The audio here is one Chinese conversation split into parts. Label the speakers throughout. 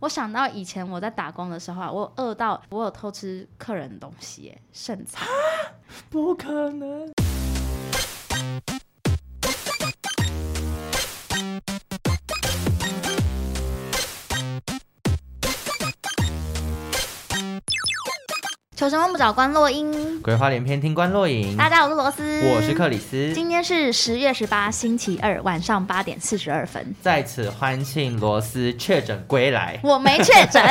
Speaker 1: 我想到以前我在打工的时候啊，我饿到我有偷吃客人的东西耶，剩菜。
Speaker 2: 不可能。
Speaker 1: 求神问不着关洛英，
Speaker 2: 鬼话连篇，听官落影。
Speaker 1: 大家好，我是罗斯，
Speaker 2: 嗯我是克里斯，
Speaker 1: 今天是十月十八星期二晚上八点四十二分，
Speaker 2: 在此欢庆罗斯确诊归来。
Speaker 1: 我没确诊，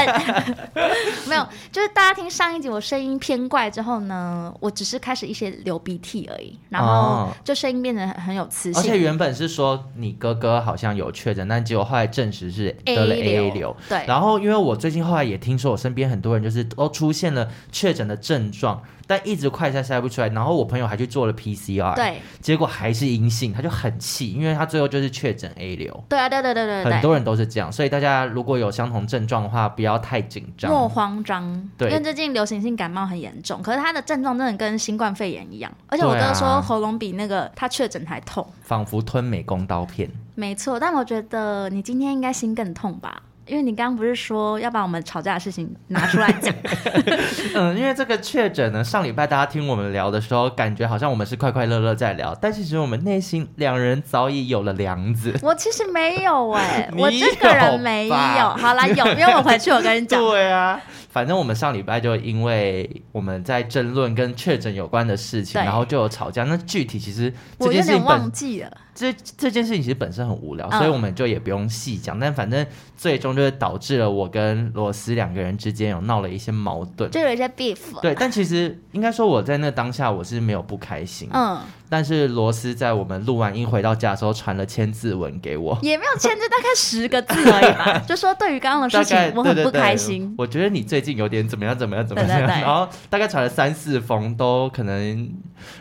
Speaker 1: 没有，就是大家听上一集我声音偏怪之后呢，我只是开始一些流鼻涕而已，然后
Speaker 2: 哦
Speaker 1: 就声音变得很很有磁
Speaker 2: 而且
Speaker 1: 性。
Speaker 2: 原本是说你哥哥好像有确诊，但结果后来证实是得了 A 流。
Speaker 1: 对，
Speaker 2: 然后因为我最近后来也听说，我身边很多人就是都出现了确诊的症状，但一直快筛筛不出来。然后我朋友还去做了 PCR，，
Speaker 1: 对，
Speaker 2: 结果还是阴性，他就很气，因为他最后就是确诊 A 流。
Speaker 1: 对啊，对对对对
Speaker 2: 很
Speaker 1: 对，
Speaker 2: 多人都是这样，所以大家如果有相同症状的话，不要太紧
Speaker 1: 莫
Speaker 2: 张。
Speaker 1: 慌张，因
Speaker 2: 对
Speaker 1: 为最近流行性感冒很严重，可是他的症状真的跟新冠肺炎一样，而且我
Speaker 2: 对啊
Speaker 1: 哥说喉咙比那个他确诊还痛。
Speaker 2: 仿佛吞美工刀片。
Speaker 1: 没错，但我觉得你今天应该心更痛吧，因为你刚刚不是说要把我们吵架的事情拿出来讲？
Speaker 2: 嗯，因为这个确诊呢，上礼拜大家听我们聊的时候，感觉好像我们是快快乐乐在聊，但其实我们内心两人早已有了梁子。
Speaker 1: 我其实没有 哎、
Speaker 2: 你
Speaker 1: 我这个人没
Speaker 2: 有
Speaker 1: 有。
Speaker 2: 吧
Speaker 1: 好啦，有，因为我回去我跟 你讲，
Speaker 2: 对啊，反正我们上礼拜就因为我们在争论跟确诊有关的事情，
Speaker 1: 对
Speaker 2: 然后就有吵架。那具体其实
Speaker 1: 我
Speaker 2: 这
Speaker 1: 有
Speaker 2: 件事
Speaker 1: 点
Speaker 2: 情本
Speaker 1: 忘记了。
Speaker 2: 这这件事情其实本身很无聊，
Speaker 1: 嗯
Speaker 2: 所以我们就也不用细讲。但反正最终就是导致了我跟罗斯两个人之间有闹了一些矛盾。
Speaker 1: 就有一些 beef。
Speaker 2: 对，但其实应该说我在那当下我是没有不开心，
Speaker 1: 嗯，
Speaker 2: 但是罗斯在我们录完音回到家的时候传了千字文给我，
Speaker 1: 也没有签字，大概十个字而已 吧。就说对于刚刚的
Speaker 2: 大
Speaker 1: 哦事
Speaker 2: 概
Speaker 1: 情，我很
Speaker 2: 对对
Speaker 1: 不
Speaker 2: 对
Speaker 1: 开心。
Speaker 2: 我觉得你最近有点怎么样怎么样怎么样，
Speaker 1: 对对对
Speaker 2: 然后大概传了三四封，都可能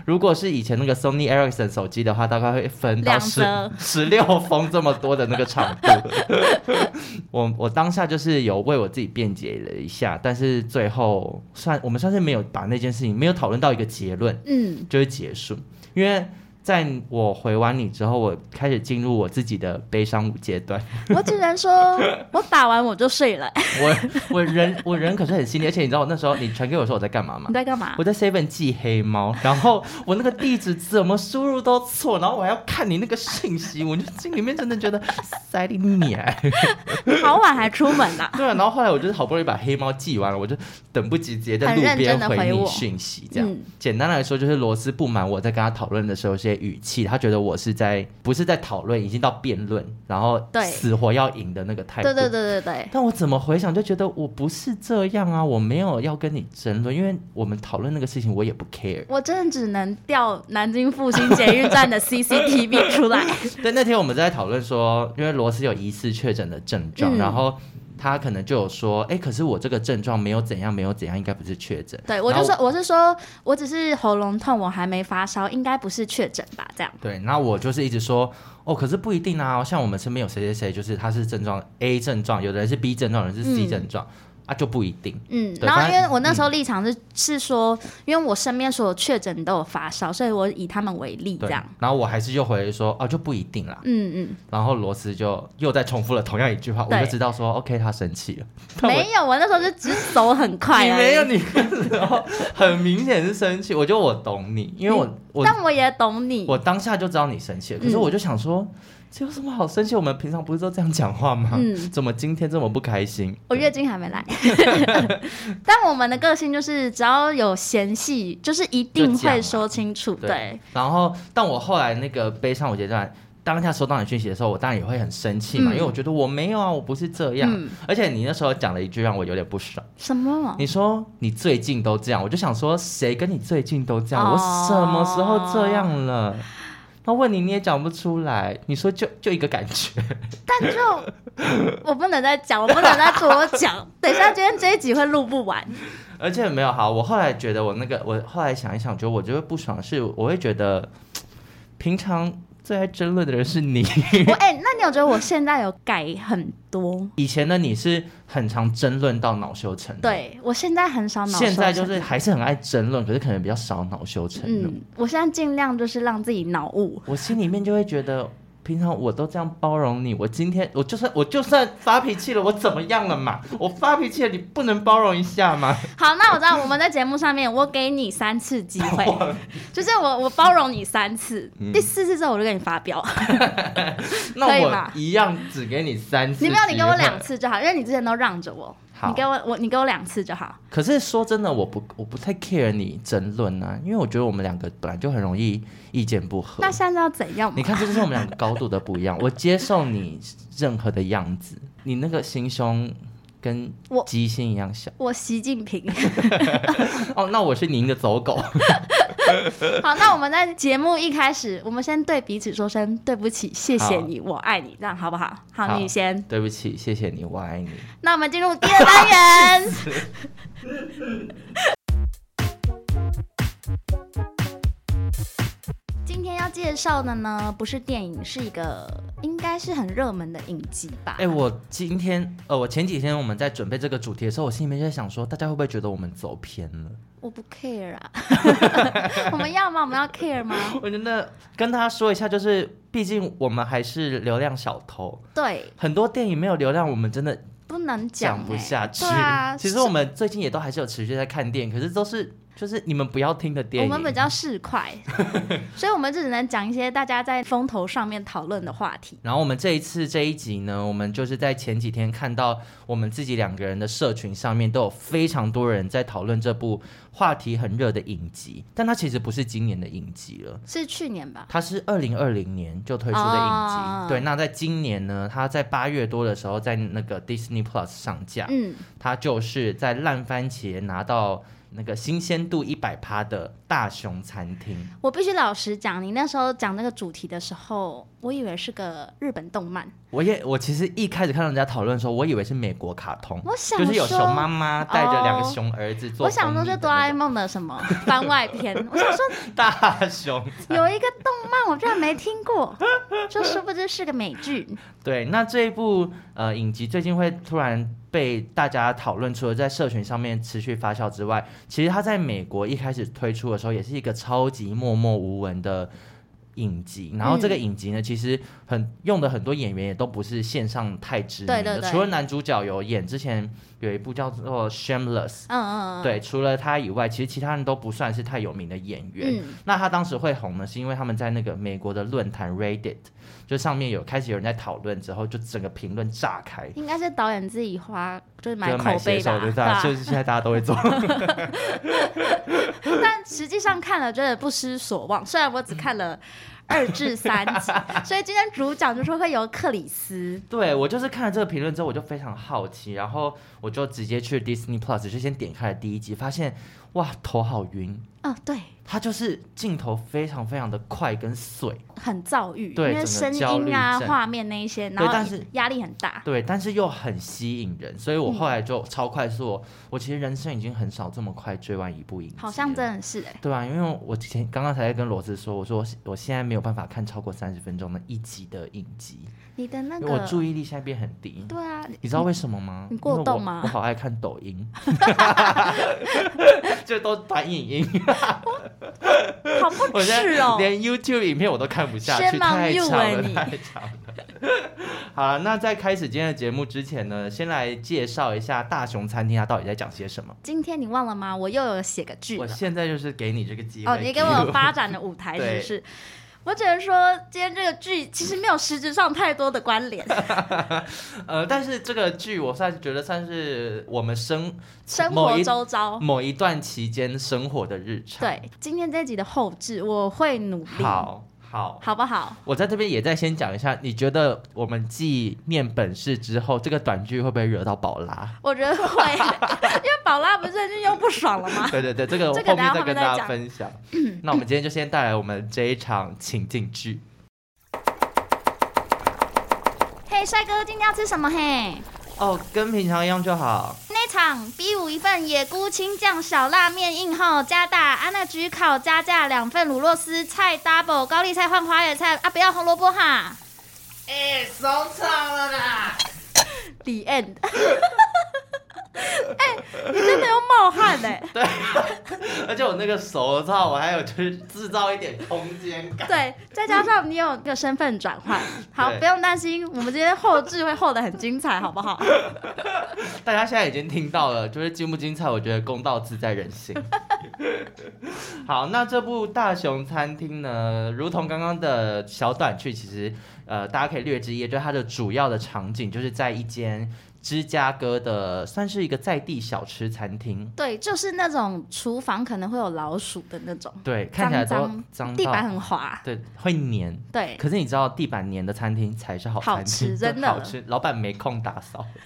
Speaker 2: 如果是以前那个 Sony Ericsson 手机的话，大概会分到
Speaker 1: 两
Speaker 2: 十
Speaker 1: 折
Speaker 2: 十六封这么多的那个长度。 我我当下就是有为我自己辩解了一下，但是最后算我们算是没有把那件事情没有讨论到一个结论，
Speaker 1: 嗯，
Speaker 2: 就会结束，因为。在我回完你之后，我开始进入我自己的悲伤 阶段。
Speaker 1: 我只能 说，我打完我就睡了。
Speaker 2: 我我人我人可是很心累，而且你知道我那时候你传给我说我在干嘛吗
Speaker 1: 你？在干嘛
Speaker 2: 我？在 Seven 寄黑猫，然后我那个地址怎么输入都错，然后我还要看你那个讯息，我就心里面真的觉得塞你 脸。
Speaker 1: 好晚还出门呐、
Speaker 2: 对啊，然后后来我就是好不容易把黑猫寄完了，我就等不及直接在
Speaker 1: 很
Speaker 2: 路
Speaker 1: 认
Speaker 2: 边
Speaker 1: 真地
Speaker 2: 回
Speaker 1: 回
Speaker 2: 你
Speaker 1: 我
Speaker 2: 讯息。 这样、
Speaker 1: 嗯
Speaker 2: 简单来说，就是罗斯不满我在跟他讨论的时候一些语气，他觉得我是在不是在讨论，已经到辩论，然后
Speaker 1: 对
Speaker 2: 死活要赢的那个态度。
Speaker 1: 对对对对对，
Speaker 2: 但我怎么回想就觉得我不是这样啊，我没有要跟你争论，因为我们讨论那个事情我也不 care。
Speaker 1: 我真的只能调南京复兴捷运站的 CCTV 出来。
Speaker 2: 对，那天我们在讨论说，因为罗斯有疑似确诊的症状，
Speaker 1: 嗯
Speaker 2: 然后他可能就有说，哎、可是我这个症状没有怎样，没有怎样，应该不是确诊。
Speaker 1: 对，我
Speaker 2: 然
Speaker 1: 就
Speaker 2: 后
Speaker 1: 说我是说，我只是喉咙痛，我还没发烧，应该不是确诊吧？这样。
Speaker 2: 对，那我就是一直说，哦，可是不一定啊，像我们身边有谁谁谁，就是他是症状 A 症状，有的人是 B 症状，有人是 C
Speaker 1: 嗯
Speaker 2: 症状，啊就不一定。
Speaker 1: 嗯，
Speaker 2: 对
Speaker 1: 然后
Speaker 2: 反
Speaker 1: 因
Speaker 2: 正
Speaker 1: 为我那时候立场是、是说，因为我身边所有确诊都有发烧，所以我以他们为例这
Speaker 2: 对，
Speaker 1: 样。
Speaker 2: 然后我还是又回说，哦，就不一定啦。
Speaker 1: 嗯嗯，
Speaker 2: 然后罗斯就又再重复了同样一句话，我
Speaker 1: 对
Speaker 2: 就知道说 OK，他生气了。但我
Speaker 1: 没有，我那时候就只是走很快
Speaker 2: 你
Speaker 1: 而已。
Speaker 2: 没有，你那时 候很明显是生气。我觉得我懂你，因为我我
Speaker 1: 但我也懂你。
Speaker 2: 我当下就知道你生气了，可是
Speaker 1: 嗯
Speaker 2: 我就想说，这有什么好生气？我们平常不是都这样讲话吗？
Speaker 1: 嗯
Speaker 2: 怎么今天这么不开心？
Speaker 1: 我月经还没 来，但我们的个性就是只要有嫌隙，就是一定会说清楚。
Speaker 2: 对
Speaker 1: 对，
Speaker 2: 然后，但我后来那个悲伤我阶段，当下收到你讯息的时候，我当然也会很生气嘛，
Speaker 1: 嗯
Speaker 2: 因为我觉得我没有啊，我不是这样。
Speaker 1: 嗯哦
Speaker 2: 而且你那时候讲了一句让我有点不爽。
Speaker 1: 什么？
Speaker 2: 你说你最近都这样，我就想说，谁跟你最近都这样？我
Speaker 1: 哦
Speaker 2: 什么时候这样了？那问你你也讲不出来，你说就就一个感觉，
Speaker 1: 但就我不能再讲，我不能再多讲。等一下，今天这一集会录不 完。
Speaker 2: 而且没有好。我后来觉得我那个，我后来想一想，觉得我觉得不爽是，我会觉得嘖平常最爱争论的人是你，
Speaker 1: 我哎、那你有觉得我现在有改很多？
Speaker 2: 以前的你是很常争论到恼羞成怒，，
Speaker 1: 对我现在很少脑。
Speaker 2: 现在就是还是很爱争论，可是可能比较少恼羞成怒。
Speaker 1: 嗯嗯，我现在尽量就是让自己脑雾。
Speaker 2: 我心里面就会觉得，平常我都这样包容你，我今天我就算我就算发脾气了，我怎么样了嘛？我发脾气了，你不能包容一 下吗？
Speaker 1: 好，那我知道我们在节目上面，我给你三次机 会，就是我我包容你三次，
Speaker 2: 嗯
Speaker 1: 第四次之后我就跟你发飙。可
Speaker 2: 那
Speaker 1: 以
Speaker 2: 我
Speaker 1: 吧
Speaker 2: 一样只给你三次，
Speaker 1: 你没有，你给我两。次就好，因为你之前都让着我。
Speaker 2: 好
Speaker 1: 你给我我你给我两次就好。
Speaker 2: 可是说真的，我不我不太 care 你争论啊，因为我觉得我们两个本来就很容易意见不合
Speaker 1: 那。现在要怎样嘛
Speaker 2: 你？看，这就是我们两个高度的不一样。我接受你任何的样子，你那个心胸跟
Speaker 1: 我
Speaker 2: 鸡心一样小。
Speaker 1: 我习近平。
Speaker 2: 哦，那我是您的走狗。
Speaker 1: 好，那我们在节目一开始，我们先对彼此说声对不起，谢谢你，我爱你，这样好不好？好，
Speaker 2: 好
Speaker 1: 你先。
Speaker 2: 对不起，谢谢你，我爱你。
Speaker 1: 那我们进入第二单元。今天要介绍的呢，不是电影，是一个应该是很热门的影集吧？
Speaker 2: 哎、我今天呃，我前几天我们在准备这个主题的时候，我心里面就在想说，大家会不会觉得我们走偏了？
Speaker 1: 我不 care 啊， 我们要吗？我们 要 care 吗？
Speaker 2: 我觉得跟大家说一下，就是毕竟我们还是流量小偷，
Speaker 1: 对，
Speaker 2: 很多电影没有流量，我们真的
Speaker 1: 不能讲、
Speaker 2: 讲
Speaker 1: 欸，
Speaker 2: 不下去。
Speaker 1: 对啊，
Speaker 2: 其实我们最近也都还是有持续在看电影，可是都是就是你们不要听的电
Speaker 1: 我
Speaker 2: 影。
Speaker 1: 们比较市 侩，所以我们就只能讲一些大家在风头上面讨论的话题。
Speaker 2: 然后我们这一次这一集呢，我们就是在前几天看到我们自己两个人的社群上面都有非常多人在讨论这部话题很热的影集，但它其实不是今年的影集了。
Speaker 1: 是去年吧？
Speaker 2: 它是二零二零年就推出的影集，
Speaker 1: 哦
Speaker 2: 对。那在今年呢，它在八月多的时候在那个 Disney Plus 上架，
Speaker 1: 嗯，
Speaker 2: 它就是在烂番茄拿到那个新鲜度一百趴的大熊餐厅。
Speaker 1: 我必须老实讲，你那时候讲那个主题的时候，我以为是个日本动漫，
Speaker 2: 我也我其实一开始看到人家讨论的时候，我以为是美国卡通，
Speaker 1: 我想
Speaker 2: 就是有熊
Speaker 1: 说
Speaker 2: 妈妈带着两个
Speaker 1: 哦
Speaker 2: 熊儿子做、
Speaker 1: 我想说是哆啦 A 梦的什么番外 篇。我想说
Speaker 2: 大熊。
Speaker 1: 有一个动漫我居然没听过，就殊不知是个美剧。
Speaker 2: 对，那这一部呃影集最近会突然被大家讨论，除了在社群上面持续发酵之外，其实它在美国一开始推出的时候，也是一个超级默默无闻的。影集，然后
Speaker 1: 嗯
Speaker 2: 这个影集呢，其实很用的很多演员也都不是线上太知名的，
Speaker 1: 对对对
Speaker 2: 除了男主角有演之前有一部叫做《Shameless》，
Speaker 1: 嗯嗯嗯，
Speaker 2: 对，除了他以外，其实其他人都不算是太有名的演员。
Speaker 1: 嗯
Speaker 2: 那他当时会红呢，是因为他们在那个美国的论坛 Reddit，就上面有开始有人在讨论之后，就整个评论炸开，
Speaker 1: 应该是导演自己花，就是买
Speaker 2: 就
Speaker 1: 口
Speaker 2: 买
Speaker 1: 碑
Speaker 2: 写
Speaker 1: 吧
Speaker 2: 手，对
Speaker 1: 吧
Speaker 2: 吧？就是现在大家都会 做。
Speaker 1: 啊但实际上看了真的不失所望，虽然我只看了二至三 集，所以今天主讲就说会由克里斯。
Speaker 2: 对我就是看了这个评论之后，我就非常好奇，然后我就直接去 Disney Plus 就先点开了第一集，发现哇头好晕，
Speaker 1: 哦，对，
Speaker 2: 它就是镜头非常非常的快跟碎。
Speaker 1: 很躁郁，因
Speaker 2: 对
Speaker 1: 为
Speaker 2: 整个
Speaker 1: 声
Speaker 2: 焦虑
Speaker 1: 音啊、
Speaker 2: 症
Speaker 1: 画面那一些，然
Speaker 2: 对
Speaker 1: 后
Speaker 2: 但是
Speaker 1: 压力很大。
Speaker 2: 对，但是又很吸引人，所以我后来就超快速。我其实人生已经很少这么快追完一部影集了，
Speaker 1: 好像真的是哎、
Speaker 2: 对啊，因为我之前刚刚才在跟罗斯说，我说我我现在没有办法看超过三十分钟的一集的影集，
Speaker 1: 你的那
Speaker 2: 因为我
Speaker 1: 个，
Speaker 2: 注意力现在变很低。
Speaker 1: 对啊，
Speaker 2: 你知道为什么吗？
Speaker 1: 你过
Speaker 2: 因为
Speaker 1: 动
Speaker 2: 我
Speaker 1: 吗
Speaker 2: 我好爱看抖 音， 就都短影音，
Speaker 1: 好不
Speaker 2: 我现
Speaker 1: 耻
Speaker 2: 在
Speaker 1: 哦。
Speaker 2: 连 YouTube 影片我都看不下
Speaker 1: Shame
Speaker 2: 去，
Speaker 1: on
Speaker 2: 太
Speaker 1: you
Speaker 2: 长
Speaker 1: 欸
Speaker 2: 了，
Speaker 1: 你
Speaker 2: 太长了。好了，那在开始今天的节目之前呢，先来介绍一下大熊餐厅它到底在讲些什么。
Speaker 1: 今天你忘了吗？我又有写个剧
Speaker 2: 我
Speaker 1: 了。
Speaker 2: 现在就是给你这个机会，
Speaker 1: 哦，你给我发展的舞台是不 是？我只能说，今天这个剧其实没有实质上太多的关联，
Speaker 2: 呃，但是这个剧我算是觉得算是我们生
Speaker 1: 生
Speaker 2: 某
Speaker 1: 活
Speaker 2: 一
Speaker 1: 周遭。
Speaker 2: 某一段期间生活的日常。，
Speaker 1: 哦对，今天这集的后置我会努力，
Speaker 2: 好好，
Speaker 1: 好不好？
Speaker 2: 我在这边也再先讲一下，你觉得我们继念本市之后，这个短剧会不会惹到宝 拉？
Speaker 1: 我觉得会， 因为宝拉不是最近又不爽了吗？
Speaker 2: 对对对，这个我
Speaker 1: 这个
Speaker 2: 后
Speaker 1: 等下
Speaker 2: 面
Speaker 1: 后
Speaker 2: 再跟
Speaker 1: 面再
Speaker 2: 大家
Speaker 1: 讲
Speaker 2: 分享。那我们今天就先带来我们这一场情境剧。
Speaker 1: 嘿，帅哥，今天要吃什么？嘿，
Speaker 2: 哦，跟平常一样就好。
Speaker 1: 那场 B 五一份野菇青酱小辣面硬后加大安娜焗烤加价两份卤肉丝菜 double 高丽菜换花椰菜啊，不要红萝卜哈。
Speaker 2: 哎、收场了啦！
Speaker 1: The 欸 end。哎、你真的要冒汗哎、
Speaker 2: 而且我那个手套，我还有就是制造一点空间 感。
Speaker 3: 对，再加上你有一个身份转换，好，
Speaker 2: 对
Speaker 3: 不用担心，我们今天后置会后的很精彩，好不好？
Speaker 2: 大家现在已经听到了，就是精不精彩，我觉得公道自在人心。好，那这部《大熊餐厅》呢，如同刚刚的小短剧，其实呃，大家可以略知一二，就是它的主要的场景就是在一间芝加哥的，算是一个在地小吃餐厅。
Speaker 3: 对，就是那种厨房可能会有老鼠的那种，
Speaker 2: 对，看起来都
Speaker 3: 脏
Speaker 2: 脏
Speaker 3: 地
Speaker 2: 到，
Speaker 3: 板很滑，
Speaker 2: 对，会粘。
Speaker 3: 对，
Speaker 2: 可是你知道，地板粘的餐厅才是好
Speaker 3: 好
Speaker 2: 餐厅，
Speaker 3: 吃真的
Speaker 2: 好吃。老板没空打扫。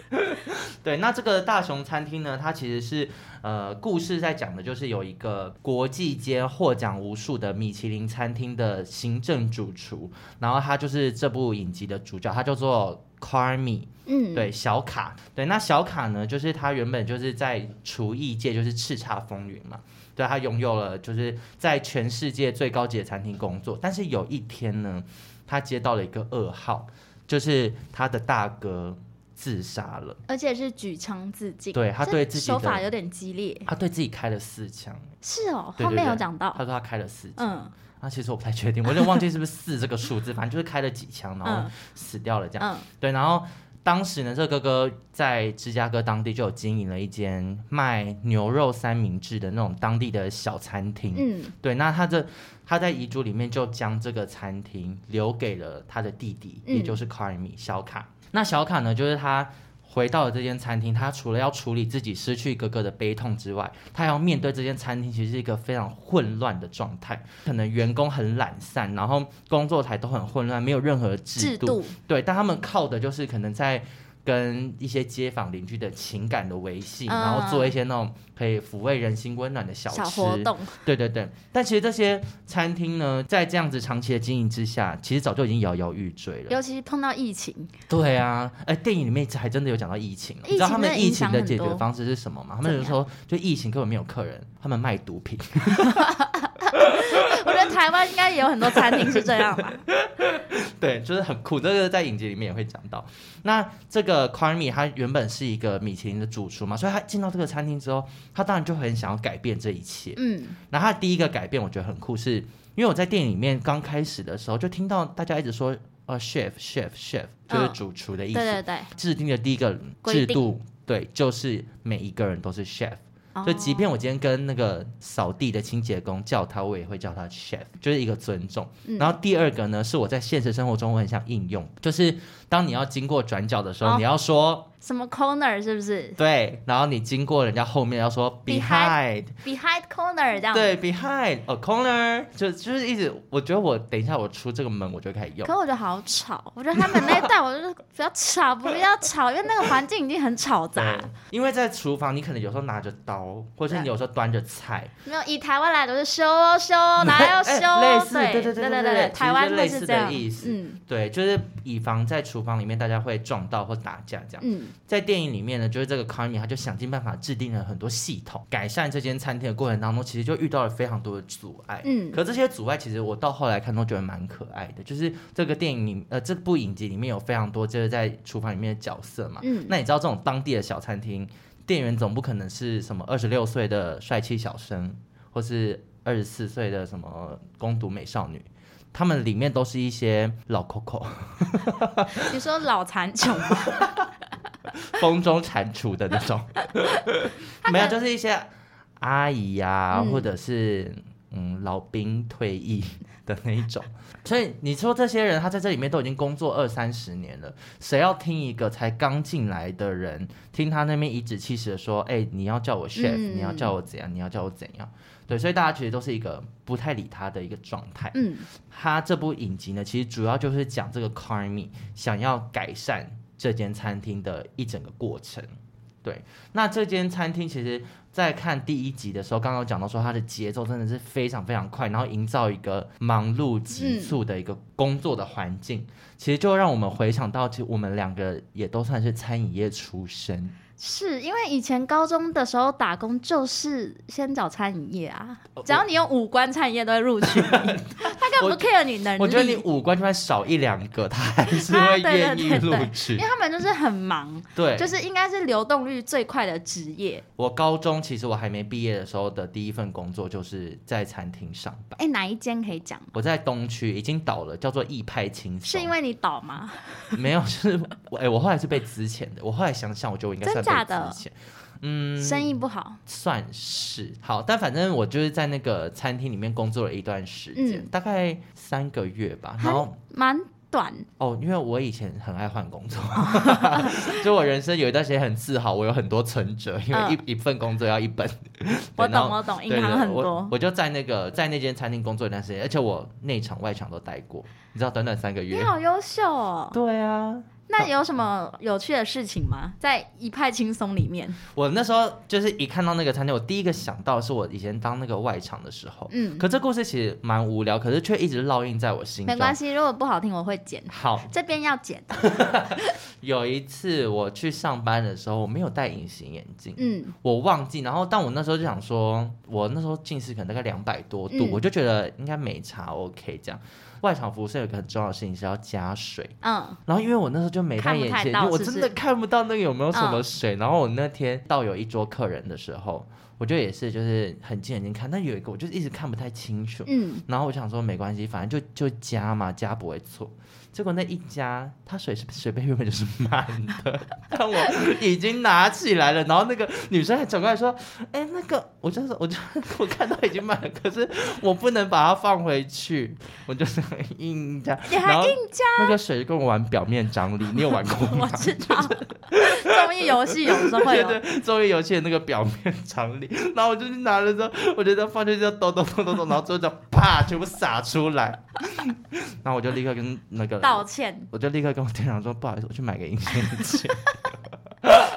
Speaker 2: 对，那这个大熊餐厅呢，它其实是呃，故事在讲的就是有一个国际间获奖无数的米其林餐厅的行政主厨，然后他就是这部影集的主角，他叫做 Carmi。
Speaker 3: 嗯，
Speaker 2: 对，小卡，对，那小卡呢，就是他原本就是在厨艺界就是叱咤风云嘛，对他拥有了就是在全世界最高级的餐厅工作，但是有一天呢，他接到了一个噩耗，就是他的大哥自杀了，
Speaker 3: 而且是举枪自尽，
Speaker 2: 对他
Speaker 3: 这
Speaker 2: 对自己
Speaker 3: 手法
Speaker 2: 的
Speaker 3: 有点激烈，
Speaker 2: 他对自己开了四枪，
Speaker 3: 是哦，
Speaker 2: 对
Speaker 3: 后
Speaker 2: 对
Speaker 3: 面有
Speaker 2: 对
Speaker 3: 讲到，
Speaker 2: 他说他开了四枪，
Speaker 3: 嗯
Speaker 2: 那、其实我不太确定，我有点忘记是不是四这个数字，反正就是开了几枪，然后
Speaker 3: 嗯
Speaker 2: 死掉了这样。
Speaker 3: 嗯，
Speaker 2: 对，然后当时呢，这个哥哥在芝加哥当地就有经营了一间卖牛肉三明治的那种当地的小餐厅。
Speaker 3: 嗯，
Speaker 2: 对，那他这他在遗嘱里面就将这个餐厅留给了他的弟弟，
Speaker 3: 嗯
Speaker 2: 也就是 Carmi 小卡。那小卡呢，就是他。回到了这间餐厅，他除了要处理自己失去哥哥的悲痛之外，他还要面对这间餐厅其实是一个非常混乱的状态，可能员工很懒散，然后工作台都很混乱，没有任何
Speaker 3: 制
Speaker 2: 制度，
Speaker 3: 度，
Speaker 2: 对，但他们靠的就是可能在跟一些街坊邻居的情感的维系，
Speaker 3: 嗯
Speaker 2: 然后做一些那种可以抚慰人心、温暖的小吃
Speaker 3: 小活。动，
Speaker 2: 对对对，但其实这些餐厅呢，在这样子长期的经营之下，其实早就已经摇摇欲坠了。
Speaker 3: 尤其是碰到疫情，
Speaker 2: 对啊，哎、电影里面还真的有讲到疫情
Speaker 3: 疫
Speaker 2: 哦，
Speaker 3: 情
Speaker 2: 你知道他
Speaker 3: 真
Speaker 2: 们
Speaker 3: 的影
Speaker 2: 疫情
Speaker 3: 响
Speaker 2: 的
Speaker 3: 很
Speaker 2: 解决
Speaker 3: 多
Speaker 2: 方式是什么吗？他们就
Speaker 3: 怎
Speaker 2: 说，就疫情根本没有客人，他们卖毒品。
Speaker 3: 我觉得台湾应该也有很多餐厅是这样吧，
Speaker 2: 对，就是很酷，这个在影集里面也会讲到。那这个 Carmi 他原本是一个米其林的主厨嘛，所以他进到这个餐厅之后，他当然就很想要改变这一切。
Speaker 3: 嗯，
Speaker 2: 然后他的第一个改变，我觉得很酷是，因为我在电影里面刚开始的时候就听到大家一直说，呃，chef chef chef 就是
Speaker 3: 嗯
Speaker 2: 主厨的意
Speaker 3: 对对
Speaker 2: 思。
Speaker 3: 对，
Speaker 2: 制定的第一个制
Speaker 3: 规定
Speaker 2: 度，对，就是每一个人都是 chef。
Speaker 3: 哦
Speaker 2: 就即便我今天跟那个扫地的清洁工叫他，我也会叫他 chef，就是一个尊重。
Speaker 3: 嗯
Speaker 2: 然后第二个呢，是我在现实生活中我很想应用，就是当你要经过转角的时候，
Speaker 3: 哦
Speaker 2: 你要说
Speaker 3: 什么 corner 是不是
Speaker 2: 对，然后你经过人家后面要说 behind，
Speaker 3: Behind behind corner 这样？
Speaker 2: 对 behind 哦 corner，就就是一直我觉得我等一下我出这个门我就可以用
Speaker 3: 可。我觉得好吵，我觉得他们那一代，我就是不要吵，不要吵，因为那个环境已经很吵杂
Speaker 2: 对。，因为在厨房，你可能有时候拿着刀，或者是
Speaker 3: 对
Speaker 2: 你有时候端着菜，
Speaker 3: 没有，以台湾来都是修哦修哦，哪要修哦？
Speaker 2: 哎类似对
Speaker 3: 对
Speaker 2: 对对对
Speaker 3: 对
Speaker 2: 对对
Speaker 3: 台湾
Speaker 2: 其实
Speaker 3: 会
Speaker 2: 类
Speaker 3: 是
Speaker 2: 似
Speaker 3: 这
Speaker 2: 的
Speaker 3: 样
Speaker 2: 意思
Speaker 3: 嗯
Speaker 2: 对，就是以防在厨房里面大家会撞到或打架这样。
Speaker 3: 嗯，
Speaker 2: 在电影里面呢，就是这个 Carmi 他就想尽办法制定了很多系统，改善这间餐厅的过程当中，其实就遇到了非常多的阻碍。
Speaker 3: 嗯
Speaker 2: 可这些阻碍其实我到后来看都觉得蛮可爱的，就是这个电影里呃这部影集里面有非常多就是在厨房里面的角色嘛。
Speaker 3: 嗯
Speaker 2: 那你知道这种当地的小餐厅，店员总不可能是什么二十六岁的帅气小生，或是二十四岁的什么攻读美少女，他们里面都是一些老 Coco
Speaker 3: 你说老残穷
Speaker 1: 嗯
Speaker 3: 吗？
Speaker 2: 风中蟾蜍的那 种，没有，就是一些阿姨呀、
Speaker 3: 嗯
Speaker 2: 或者是嗯老兵退役的那一 种。所以你说这些人，他在这里面都已经工作二三十年了，谁要听一个才刚进来的人听他那边颐指气使的说，哎、你要叫我 chef，、
Speaker 3: 嗯
Speaker 2: 你要叫我怎样，你要叫我怎样？对，所以大家其实都是一个不太理他的一个状态。
Speaker 3: 嗯，
Speaker 2: 他这部影集呢，其实主要就是讲这个 Carmi 想要改善这间餐厅的一整个过程。对，那这间餐厅其实，在看第一集的时候，刚刚有讲到说它的节奏真的是非常非常快，然后营造一个忙碌急促的一个工作的环境，其实就让我们回想到，其实我们两个也都算是餐饮业出身，
Speaker 1: 是因为以前高中的时候打工就是先找餐饮业啊，
Speaker 2: 哦我
Speaker 1: 只要你有五官，餐饮业都会录 取你。他根本不 care 哎你能力，
Speaker 2: 我觉得你五官就算少一两个，他还是会愿意录取。
Speaker 1: 因为他们就是很忙，
Speaker 2: 对
Speaker 1: 就是应该是流动率最快的职业。
Speaker 2: 我高中其实我还没毕业的时候的第一份工作就是在餐厅上班，
Speaker 1: 哎，哪一间可以讲？
Speaker 2: 我在东区已经倒了，叫做一派轻松。
Speaker 1: 是因为你倒吗？
Speaker 2: 没有，就是我哎、 我后来是被资遣的。我后来想想，我觉得我应该
Speaker 1: 真
Speaker 2: 算
Speaker 1: 假
Speaker 2: 被
Speaker 1: 的
Speaker 2: 资遣。嗯，
Speaker 1: 生意不好，
Speaker 2: 算是好，但反正我就是在那个餐厅里面工作了一段时间，
Speaker 1: 嗯
Speaker 2: 大概三个月吧。然后
Speaker 1: 蛮短。
Speaker 2: 哦，因为我以前很爱换工作， 就我人生有一段时间很自豪，我有很多存折，因为一、一份工作要一本。
Speaker 1: 嗯我
Speaker 2: 对然后
Speaker 1: 懂，我懂，银
Speaker 2: 对
Speaker 1: 行
Speaker 2: 对
Speaker 1: 很
Speaker 2: 我
Speaker 1: 多。
Speaker 2: 我就在那个在那间餐厅工作一段时间，而且我内场外场都待过，你知道，短短三个
Speaker 1: 你
Speaker 2: 月。
Speaker 1: 好优秀哦！
Speaker 2: 对啊，
Speaker 1: 那有什么有趣的事情吗？在一派轻松里面，
Speaker 2: 我那时候就是一看到那个餐厅，我第一个想到是我以前当那个外场的时候。
Speaker 1: 嗯，
Speaker 2: 可这故事其实蛮无聊，可是却一直烙印在我心中。
Speaker 1: 没关系，如果不好听我会剪，
Speaker 2: 好，
Speaker 1: 这边要剪。
Speaker 2: 有一次我去上班的时候，我没有戴隐形眼镜，
Speaker 1: 嗯，
Speaker 2: 我忘记。然后，但我那时候就想说，我那时候近视可能大概两百多度，
Speaker 1: 嗯
Speaker 2: 我就觉得应该没差，OK 这样。外场服务生有一个很重要的事情是要加水，
Speaker 1: 嗯，
Speaker 2: 然后因为我那时候就没戴
Speaker 1: 看不
Speaker 2: 眼
Speaker 1: 太
Speaker 2: 镜，
Speaker 1: 到
Speaker 2: 我
Speaker 1: 是不
Speaker 2: 真的
Speaker 1: 是
Speaker 2: 看不到那个有没有什么
Speaker 1: 嗯
Speaker 2: 水。然后我那天到有一桌客人的时候，我就也是就是很近很近看，但有一个我就是一直看不太清楚。
Speaker 1: 嗯，
Speaker 2: 然后我想说没关系，反正就就加嘛，加不会错。结果那一加，它水是水杯原本就是满的， 但我已经拿起来了，然后那个女生还转过来说：“哎、那个，我就是我就 我看到已经满了，可是我不能把它放回去，我就是硬加，
Speaker 1: 你还
Speaker 2: 然后
Speaker 1: 硬加，
Speaker 2: 那个水跟我玩表面张力，你有玩过
Speaker 1: 我
Speaker 2: 吗？
Speaker 1: 知 道。综艺游戏有时候会哦
Speaker 2: 对
Speaker 1: 有，
Speaker 2: 对，综艺游戏的那个表面张力，然后我就是拿了之后，我觉得放进去就抖抖抖抖抖，然后最后就啪全部洒出来，然后我就立刻跟那个，
Speaker 1: 道歉。
Speaker 2: 我就立刻跟我店长说，不好意思，我去买个隐 形眼镜，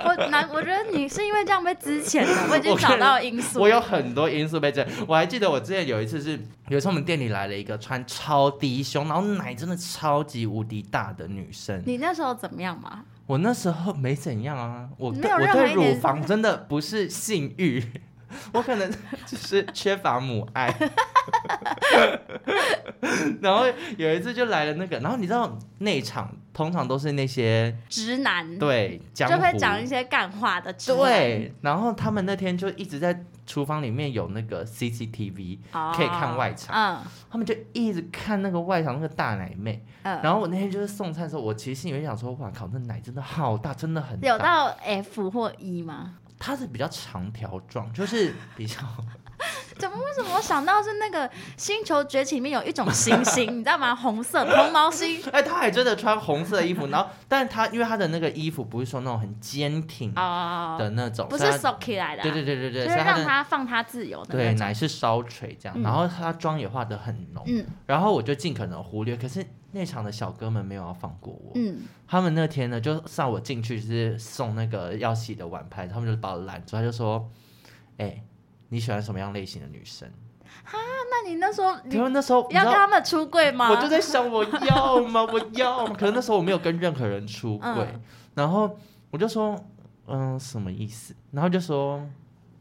Speaker 1: 我难，我觉得你是因为这样被之前的， 我已经
Speaker 2: 我
Speaker 1: 找
Speaker 2: 看
Speaker 1: 到因素。
Speaker 2: 我有很多因素被这，我还记得我之前有一次是，有一次我们店里来了一个穿超低胸，然后奶真的超级无敌大的女生，
Speaker 1: 你那时候怎么样嘛？
Speaker 2: 我那时候没怎样啊，我
Speaker 1: 没
Speaker 2: 对
Speaker 1: 有
Speaker 2: 我
Speaker 1: 任何
Speaker 2: 对
Speaker 1: 一
Speaker 2: 乳
Speaker 1: 点
Speaker 2: 房真的不是性欲，我可能 就是缺乏母爱。 然后有一次就来了那个，然后你知道内场通常都是那些
Speaker 1: 直男
Speaker 2: 对江
Speaker 1: 嗯
Speaker 2: 湖
Speaker 1: 就会讲一些干话的直男，
Speaker 2: 对，然后他们那天就一直在厨房里面有那个 CCTV，
Speaker 1: 哦
Speaker 2: 可以看外场。
Speaker 1: 嗯
Speaker 2: 他们就一直看那个外场那个大奶妹。
Speaker 1: 嗯，
Speaker 2: 然后我那天就是送餐的时候，我其实心里面想说，哇靠，那奶真的好大，真的很大。
Speaker 1: 有到 F 或 E 吗？
Speaker 2: 它是比较长条状， 就是比较
Speaker 1: 怎么？为什么我想到是那个《星球崛起》里面有一种星星， 你知道吗？红色红毛星
Speaker 2: 哎，他还真的穿红色的衣服，然后，但他因为他的那个衣服不是说那种很坚挺
Speaker 1: 哦，
Speaker 2: 的那种，
Speaker 1: 不
Speaker 2: 所以
Speaker 1: 是
Speaker 2: 它
Speaker 1: 收起来的啊，
Speaker 2: 对对对对对，
Speaker 1: 就是
Speaker 2: 所以他
Speaker 1: 让
Speaker 2: 的
Speaker 1: 他放他自由的
Speaker 2: 对
Speaker 1: 那种。
Speaker 2: 奶是烧垂这样，
Speaker 1: 嗯
Speaker 2: 然后他妆也化得很浓，
Speaker 1: 嗯
Speaker 2: 然后我就尽可能忽略，可是那场的小哥们没有要放过我，
Speaker 1: 嗯，
Speaker 2: 他们那天呢，就上我进去就是送那个要洗的碗盘，他们就把我拦住，他就说：“哎、你喜欢什么样类型的女生
Speaker 1: 那你那时候？”你
Speaker 2: 因为那时候你
Speaker 1: 要
Speaker 2: 知
Speaker 1: 跟
Speaker 2: 道
Speaker 1: 他们出柜吗？
Speaker 2: 我就在想，我 要吗？我要吗？可是那时候我没有跟任何人出柜，
Speaker 1: 嗯
Speaker 2: 然后我就说，嗯，什么意思？然后就说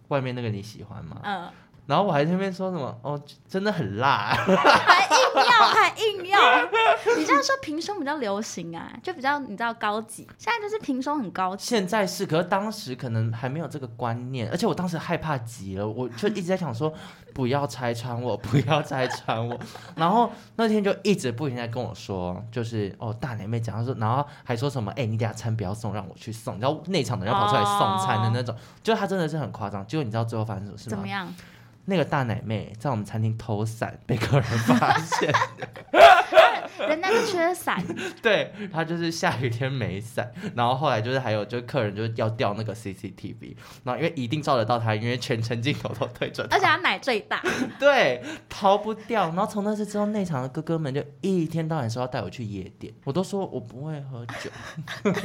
Speaker 2: 外面那个你喜欢吗？
Speaker 1: 嗯，
Speaker 2: 然后我还在那边说什么，哦，真的很辣、
Speaker 1: 还硬要，还硬要。你这样说平胸比较流行啊，就比较你知道高级。现在就是平胸很高级，
Speaker 2: 现在是，可是当时可能还没有这个观念，而且我当时害怕极了，我就一直在想说， 不要拆穿我，不要拆穿我。然后那天就一直不停地在跟我说，就是哦大奶妹讲，她说，然后还说什么，哎、你等下餐不要送，让我去送，你知道内场的人要跑出来送餐的那种，就她真的是很夸张。结果你知道最后发生什么事
Speaker 1: 哦怎
Speaker 2: 吗
Speaker 1: 么？样？
Speaker 2: 那个大奶妹在我们餐厅偷伞，被客人发现。
Speaker 1: 人家就缺 伞，
Speaker 2: 对他就是下雨天没伞，然后后来就是还有就是客人就是要调那个 CCTV，然后因为一定照得到他，因为全程镜头都对着他，
Speaker 1: 而且他奶最大，
Speaker 2: 对逃不掉。然后从那次之后，内场的哥哥们就一天到晚说要带我去夜店，我都说我不会喝酒，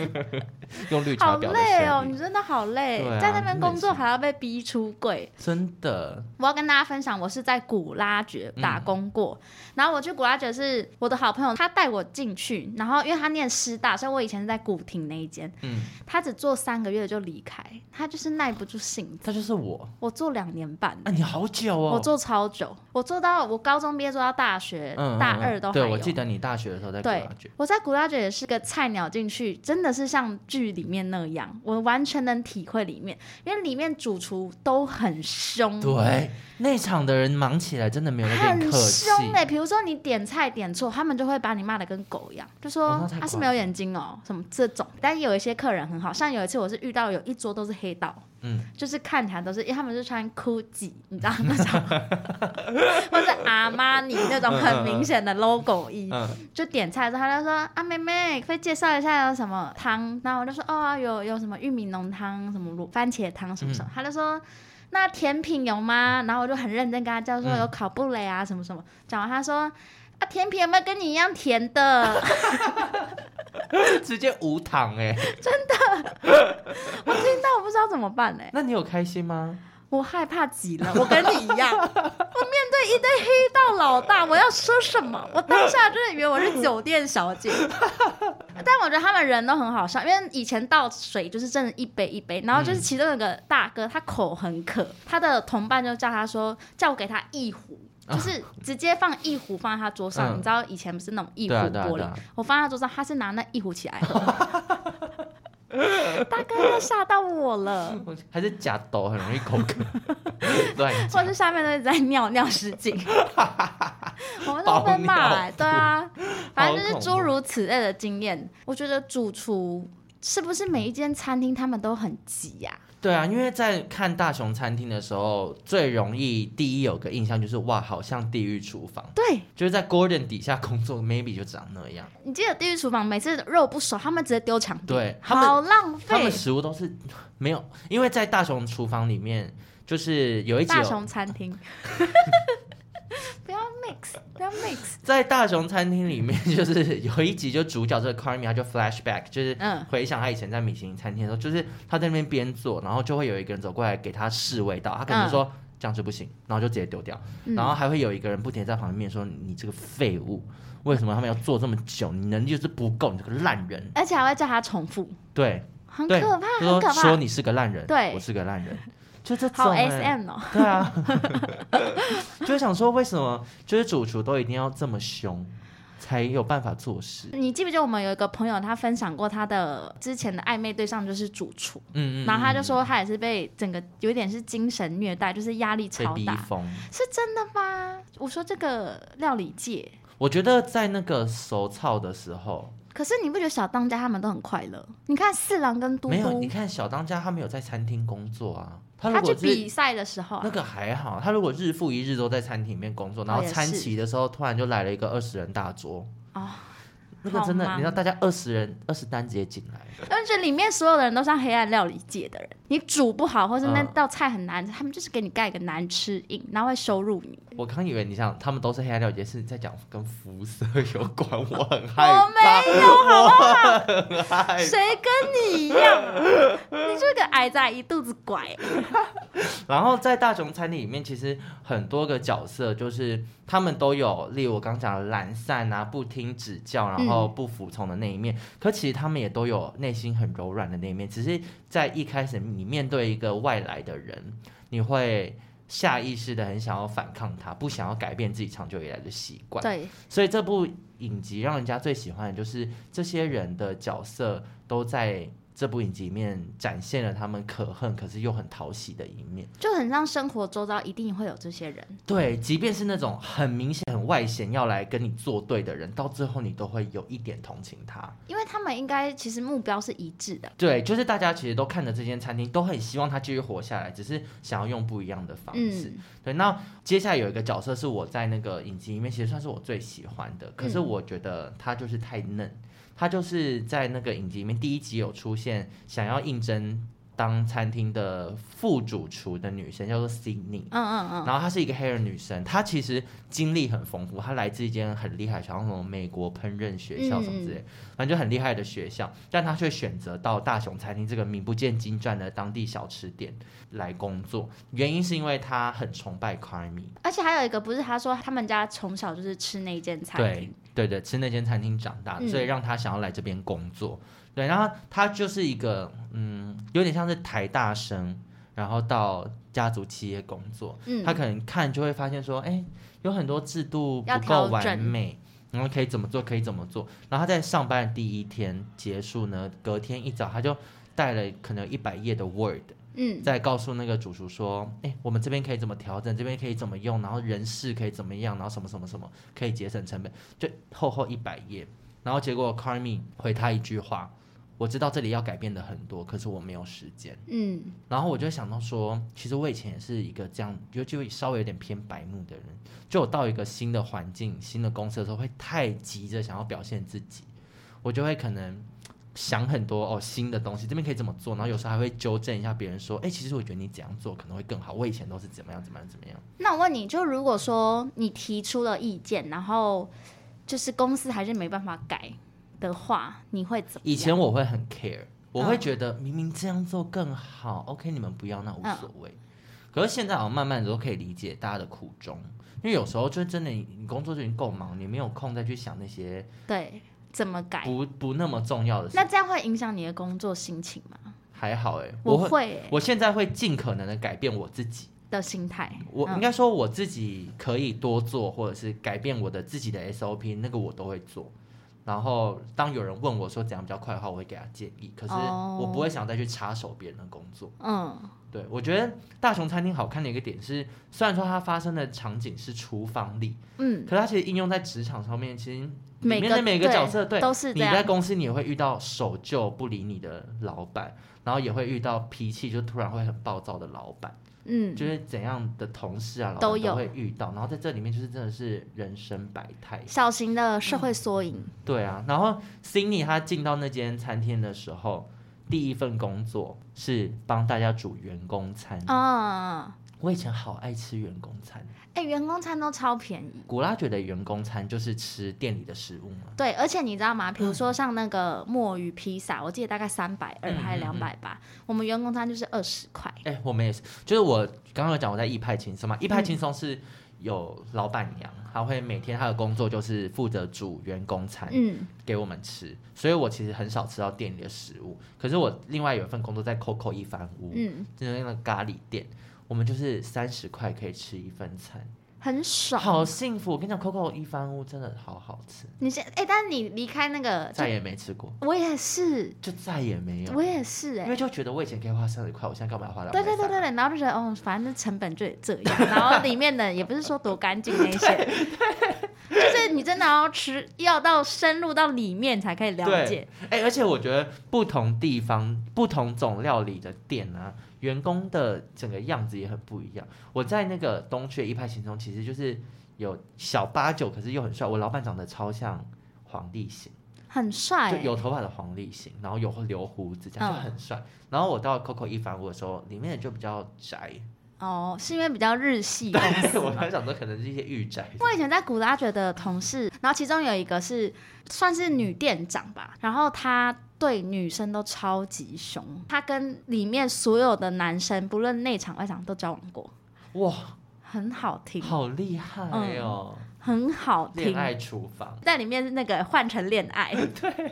Speaker 2: 用绿茶
Speaker 1: 好
Speaker 2: 婊的
Speaker 1: 累哦！
Speaker 2: 声
Speaker 1: 你
Speaker 2: 音，
Speaker 1: 真的好累，
Speaker 2: 对啊
Speaker 1: 在那边工作
Speaker 2: 真的是
Speaker 1: 还要被逼出柜。
Speaker 2: 真的嗯
Speaker 1: 我要跟大家分享，我是在古拉爵打工过，然后我去古拉爵是我的好朋友他带我进去，然后因为他念师大，所以我以前是在古亭那一间，
Speaker 2: 嗯，
Speaker 1: 他只做三个月就离开，他就是耐不住性子。
Speaker 2: 这就是我。
Speaker 1: 我做两年半，
Speaker 2: 啊，你好久哦！
Speaker 1: 我做超久，我做到我高中毕业做到大学、
Speaker 2: 嗯嗯
Speaker 1: 大
Speaker 2: 嗯
Speaker 1: 二都还有。
Speaker 2: 对，我记得你大学的时候在啊古
Speaker 1: 对
Speaker 2: 拉爵，
Speaker 1: 我在古拉爵也是个菜鸟进去，真的是像剧里面那样，我完全能体会里面，因为里面主厨都很凶，
Speaker 2: 对，内场的人忙起来真的没有那点
Speaker 1: 嗯很
Speaker 2: 客气。
Speaker 1: 凶欸的、比如说你点菜点错，他们就会把你骂的跟狗一样，就
Speaker 2: 哦
Speaker 1: 说
Speaker 2: 那太
Speaker 1: 他、
Speaker 2: 夸
Speaker 1: 是没有眼睛哦，什么这种。但有一些客人很好，像有一次我是遇到有一桌都是黑道，
Speaker 2: 嗯，
Speaker 1: 就是看起来都是，因为他们是穿 GUCCI，你知道那种， 或是阿玛尼那种很明显的 logo 衣，
Speaker 2: 嗯
Speaker 1: 就点菜的时候，他就说啊，妹妹，可以介绍一下有什么汤？然后我就说哦、啊有有什么玉米浓汤，什么卤番茄汤什么什
Speaker 2: 嗯
Speaker 1: 么。他就说那甜品有吗？然后我就很认真跟他叫说
Speaker 2: 嗯
Speaker 1: 有烤布雷啊什么什么。讲完他说啊，甜品有没有跟你一样甜的？
Speaker 2: 直接无糖哎、
Speaker 1: 我听到我不知道怎么办呢、欸
Speaker 2: 那你有开心吗？
Speaker 1: 我害怕极了，我跟你一样， 我面对一堆黑道老大，我要说什么？我当下真的以为我是酒店小姐， 但我觉得他们人都很好笑，因为以前倒水就是真的一杯一杯，然后
Speaker 2: 嗯
Speaker 1: 就是其中有个大哥，他口很渴，他的同伴就叫他说，叫我给他一壶。就是直接放一壶放在他桌上，你
Speaker 2: 嗯
Speaker 1: 知道以前不是那种一壶
Speaker 2: 对啊对啊
Speaker 1: 玻璃，
Speaker 2: 对啊
Speaker 1: 我放在他桌上，他是拿那一壶起来喝， 大哥要吓到我了。
Speaker 2: 还是假抖很容易口渴， 乱
Speaker 1: 或
Speaker 2: 讲
Speaker 1: 者是下面都一直在尿尿失 禁，我们都
Speaker 2: 爆
Speaker 1: 被
Speaker 2: 尿
Speaker 1: 骂、欸，对啊，反正就
Speaker 2: 好
Speaker 1: 是
Speaker 2: 恐
Speaker 1: 诸
Speaker 2: 怖
Speaker 1: 如此类的经验。我觉得主厨是不是每一间餐厅他们都很急呀、
Speaker 2: 对啊，因为在看大熊餐厅的时候，最容易第一有个印象就是哇，好像地狱厨房，
Speaker 1: 对
Speaker 2: 就是在 Gordon 底下工作，maybe 就长那样。
Speaker 1: 你记得地狱厨房每次肉不熟，他们直接丢墙壁，
Speaker 2: 对他们
Speaker 1: 好浪
Speaker 2: 他
Speaker 1: 费。
Speaker 2: 们食物都是没有，因为在大熊厨房里面，就是有一集
Speaker 1: 大
Speaker 2: 有
Speaker 1: 熊餐 厅，不要 mix，不要 mix，
Speaker 2: 在大熊餐厅里面， 就是有一集就主角这个 Carmi 他就 flashback，就是
Speaker 1: 嗯
Speaker 2: 回想他以前在米其林餐厅的时候，就是他在那边边做，然后就会有一个人走过来给他试味道，他可能
Speaker 1: 嗯
Speaker 2: 说。这样子不行，然后就直接丢掉，
Speaker 1: 嗯
Speaker 2: 然后还会有一个人不停地在旁边说：“你这个废物，为什么他们要做这么久？你能力就是不够，你这个烂人。
Speaker 1: 而且还会叫他重复，”
Speaker 2: 对，
Speaker 1: 很
Speaker 2: 对
Speaker 1: 可怕，
Speaker 2: 就
Speaker 1: 啊很
Speaker 2: 说
Speaker 1: 可
Speaker 2: 说
Speaker 1: 怕，
Speaker 2: 你是个烂人，
Speaker 1: 对
Speaker 2: 我是个烂人，就这种、
Speaker 1: 好
Speaker 2: 欸、
Speaker 1: S M 哦，
Speaker 2: 对啊，就是想说为什么就是主厨都一定要这么凶，才有办法做事？
Speaker 1: 你记不记得我们有一个朋友，他分享过他的之前的暧昧对象就是主厨，
Speaker 2: 嗯
Speaker 1: 然后他就说他也是被整个有点是精神虐待，就是压力
Speaker 2: 被
Speaker 1: 超
Speaker 2: 逼
Speaker 1: 大，
Speaker 2: 疯。
Speaker 1: 是真的吗？我说这个料理界，
Speaker 2: 我觉得在那个手操的时候，
Speaker 1: 可是你不觉得小当家他们都很快乐？你看四郎跟嘟
Speaker 2: 没有，你
Speaker 1: 嘟，
Speaker 2: 看小当家他没有在餐厅工作啊，他如
Speaker 1: 他去
Speaker 2: 果是
Speaker 1: 比赛的时候、
Speaker 2: 那
Speaker 1: 啊，
Speaker 2: 个还好，他如果日复一日都在餐厅里面工作，然后
Speaker 1: 也是
Speaker 2: 餐期的时候突然就来了一个二十人大桌，
Speaker 1: 哦
Speaker 2: 那个真的，
Speaker 1: 好忙
Speaker 2: 你知道大家二十人二十单直接进来，
Speaker 1: 而且里面所有的人都像黑暗料理界的人，你煮不好或是那
Speaker 2: 嗯
Speaker 1: 道菜很难，他们就是给你盖一个难吃印，然后会羞辱你。
Speaker 2: 我刚以为你想他们都是黑暗料理，是你在讲跟肤色有关，我很害怕，
Speaker 1: 我没有，好不好？
Speaker 2: 害怕
Speaker 1: 谁跟你一样啊？你这个矮仔一肚子拐。
Speaker 2: 然后在大熊餐厅里面，其实很多个角色，就是他们都有，例如我刚讲的懒散啊、不听指教，然
Speaker 1: 嗯
Speaker 2: 后不服从的那一面。可其实他们也都有内心很柔软的那一面，只是在一开始你面对一个外来的人，你会。下意识的很想要反抗他，不想要改变自己长久以来的习惯。
Speaker 1: 对，
Speaker 2: 所以这部影集让人家最喜欢的就是这些人的角色都在这部影集里面展现了他们可恨可是又很讨喜的一面。
Speaker 1: 就很像生活周遭一定会有这些人。
Speaker 2: 对，即便是那种很明显、很外显要来跟你作对的人，到最后你都会有一点同情他。
Speaker 1: 因为他们应该其实目标是一致的，
Speaker 2: 对，就是大家其实都看着这间餐厅，都很希望他继续活下来，只是想要用不一样的方式。
Speaker 1: 嗯，
Speaker 2: 对，那接下来有一个角色是我在那个影集里面其实算是我最喜欢的，可是我觉得他就是太嫩，他就是在那个影集里面第一集有出现想要应征当餐厅的副主厨的女生，叫做 Sydney。
Speaker 3: 嗯嗯嗯，
Speaker 2: 然后她是一个黑人女生，她其实经历很丰富，她来自一间很厉害，像什么美国烹饪学校什么之
Speaker 1: 嗯
Speaker 2: 类，反正就很厉害的学校，但她却选择到大熊餐厅这个名不见经传的当地小吃店来工作，原因是因为她很崇拜 Carmi，
Speaker 1: 而且还有一个不是，他说他们家从小就是吃那间餐
Speaker 2: 对
Speaker 1: 厅，
Speaker 2: 对对，吃那间餐厅长大的，
Speaker 1: 嗯
Speaker 2: 所以让她想要来这边工作，对，然后她就是一个嗯，有点像是台大生，然后到家族企业工作，
Speaker 1: 嗯
Speaker 2: 他可能看就会发现说，哎、有很多制度
Speaker 1: 要
Speaker 2: 不
Speaker 1: 调
Speaker 2: 够
Speaker 1: 整
Speaker 2: 完美，然后可以怎么做，可以怎么做。然后他在上班的第一天结束呢，隔天一早他就带了可能一百页的 Word，
Speaker 1: 嗯，
Speaker 2: 再告诉那个主厨说，哎、我们这边可以怎么调整，这边可以怎么用，然后人事可以怎么样，然后什么什么什么可以节省成本，就厚厚一百页。然后结果 Carmi 回他一句话，我知道这里要改变的很多，可是我没有时间。
Speaker 1: 嗯
Speaker 2: 然后我就想到说，其实我以前也是一个这样，尤其稍微有点偏白目的人。就我到一个新的环境、新的公司的时候，会太急着想要表现自己，我就会可能想很多哦新的东西，这边可以怎么做，然后有时候还会纠正一下别人说，哎，其实我觉得你怎样做可能会更好。我以前都是怎么样怎么样怎么样。
Speaker 1: 那我问你，就如果说你提出了意见，然后就是公司还是没办法改的话，你会怎么样？嗯
Speaker 2: 以前我会很 care，我会觉得明明这样做更好、o k 你们不要那无所
Speaker 1: 嗯
Speaker 2: 谓。可是现在好像慢慢的都可以理解大家的苦衷，因为有时候就真的你你工作就已经够忙，你没有空再去想那些
Speaker 1: 对怎么改？
Speaker 2: 不不那么重要的事
Speaker 1: 那。这样会影响你的工作心情吗？
Speaker 2: 还好哎、
Speaker 1: 我
Speaker 2: 会，
Speaker 1: 会欸、
Speaker 2: 我现在会尽可能的改变我自己。
Speaker 1: 的心态，
Speaker 2: 我
Speaker 1: 嗯
Speaker 2: 应该说我自己可以多做，或者是改变我的自己的 SOP，那个我都会做。然后当有人问我说怎样比较快的话，我会给他建议。可是
Speaker 1: 哦
Speaker 2: 我不会想再去插手别人的工作。
Speaker 1: 嗯
Speaker 2: 对，我觉得大熊餐厅好看的一个点是，虽然说它发生的场景是厨房里，
Speaker 1: 嗯，
Speaker 2: 可它其实应用在职场上面，其实
Speaker 1: 每
Speaker 2: 里面的
Speaker 1: 个
Speaker 2: 每个
Speaker 1: 对
Speaker 2: 角色，对，
Speaker 1: 都是这
Speaker 2: 你在
Speaker 1: 样，
Speaker 2: 公司你也会遇到守旧不理你的老板，然后也会遇到脾气就突然会很暴躁的老板，
Speaker 1: 嗯，
Speaker 2: 就是怎样的同事啊，老板
Speaker 1: 都有
Speaker 2: 都会遇到。然后在这里面就是真的是人生百态，
Speaker 1: 小型的社
Speaker 2: 嗯
Speaker 1: 会缩影，
Speaker 2: 对啊。然后 c i n d y 他进到那间餐厅的时候，第一份工作是帮大家煮员工餐。
Speaker 1: 嗯，
Speaker 2: 我以前好爱吃员工餐，
Speaker 1: 哎、员工餐都超便宜。
Speaker 2: 古拉觉得员工餐就是吃店里的食物嘛，
Speaker 1: 对，而且你知道吗？比如说像那个墨鱼披萨，我记得大概三百二
Speaker 2: 嗯
Speaker 1: 还是
Speaker 2: 嗯
Speaker 1: 两百八，我们员工餐就是二十块。
Speaker 2: 哎、我们也是，就是我刚刚有讲我在一派轻松嘛，一派轻松是有老板娘，她会每天她的工作就是负责煮员工餐
Speaker 1: 嗯，
Speaker 2: 给我们吃，所以我其实很少吃到店里的食物。可是我另外有一份工作在 COCO 一番屋，
Speaker 1: 嗯，
Speaker 2: 就是那个咖喱店，我们就是三十块可以吃一份餐，
Speaker 1: 很爽。
Speaker 2: 好幸福！我跟你讲，COCO 一番屋真的好好吃，
Speaker 1: 你现哎、但是你离开那个，
Speaker 2: 再也没吃过，
Speaker 1: 我也是，
Speaker 2: 就再也没有。
Speaker 1: 我也是哎、
Speaker 2: 因为就觉得我以前可以花三十块，我现在干嘛要花两百
Speaker 1: 对
Speaker 2: 三
Speaker 1: 对对对对，然后就觉得哦，反正成本就这样，然后里面的也不是说多干净那 些，就是你真的要吃，要到深入到里面才可以了
Speaker 2: 对
Speaker 1: 解。
Speaker 2: 哎、而且我觉得不同地方、不同种料理的店啊，员工的整个样子也很不一样。我在那个东区的一派行中，其实就是有小八九，可是又很帅。我老板长得超像黄立行，
Speaker 1: 很帅、
Speaker 2: 就
Speaker 1: 欸，
Speaker 2: 有头发的黄立行，然后有留胡子，这样就
Speaker 1: 嗯
Speaker 2: 很帅。然后我到 COCO 一凡屋的时候，里面的就比较宅，
Speaker 1: 哦，是因为比较日系公司
Speaker 2: 我
Speaker 1: 吗
Speaker 2: 还想说可能是一些御宅。
Speaker 1: 我以前在古拉觉的同事，然后其中有一个是算是女店长吧，然后她对女生都超级凶，她跟里面所有的男生，不论内场外场都交往过，
Speaker 2: 哇，
Speaker 1: 很好听，
Speaker 2: 好厉害哦！
Speaker 1: 很好
Speaker 2: 恋
Speaker 1: 听。
Speaker 2: 爱厨房。
Speaker 1: 在里面那个换成恋爱，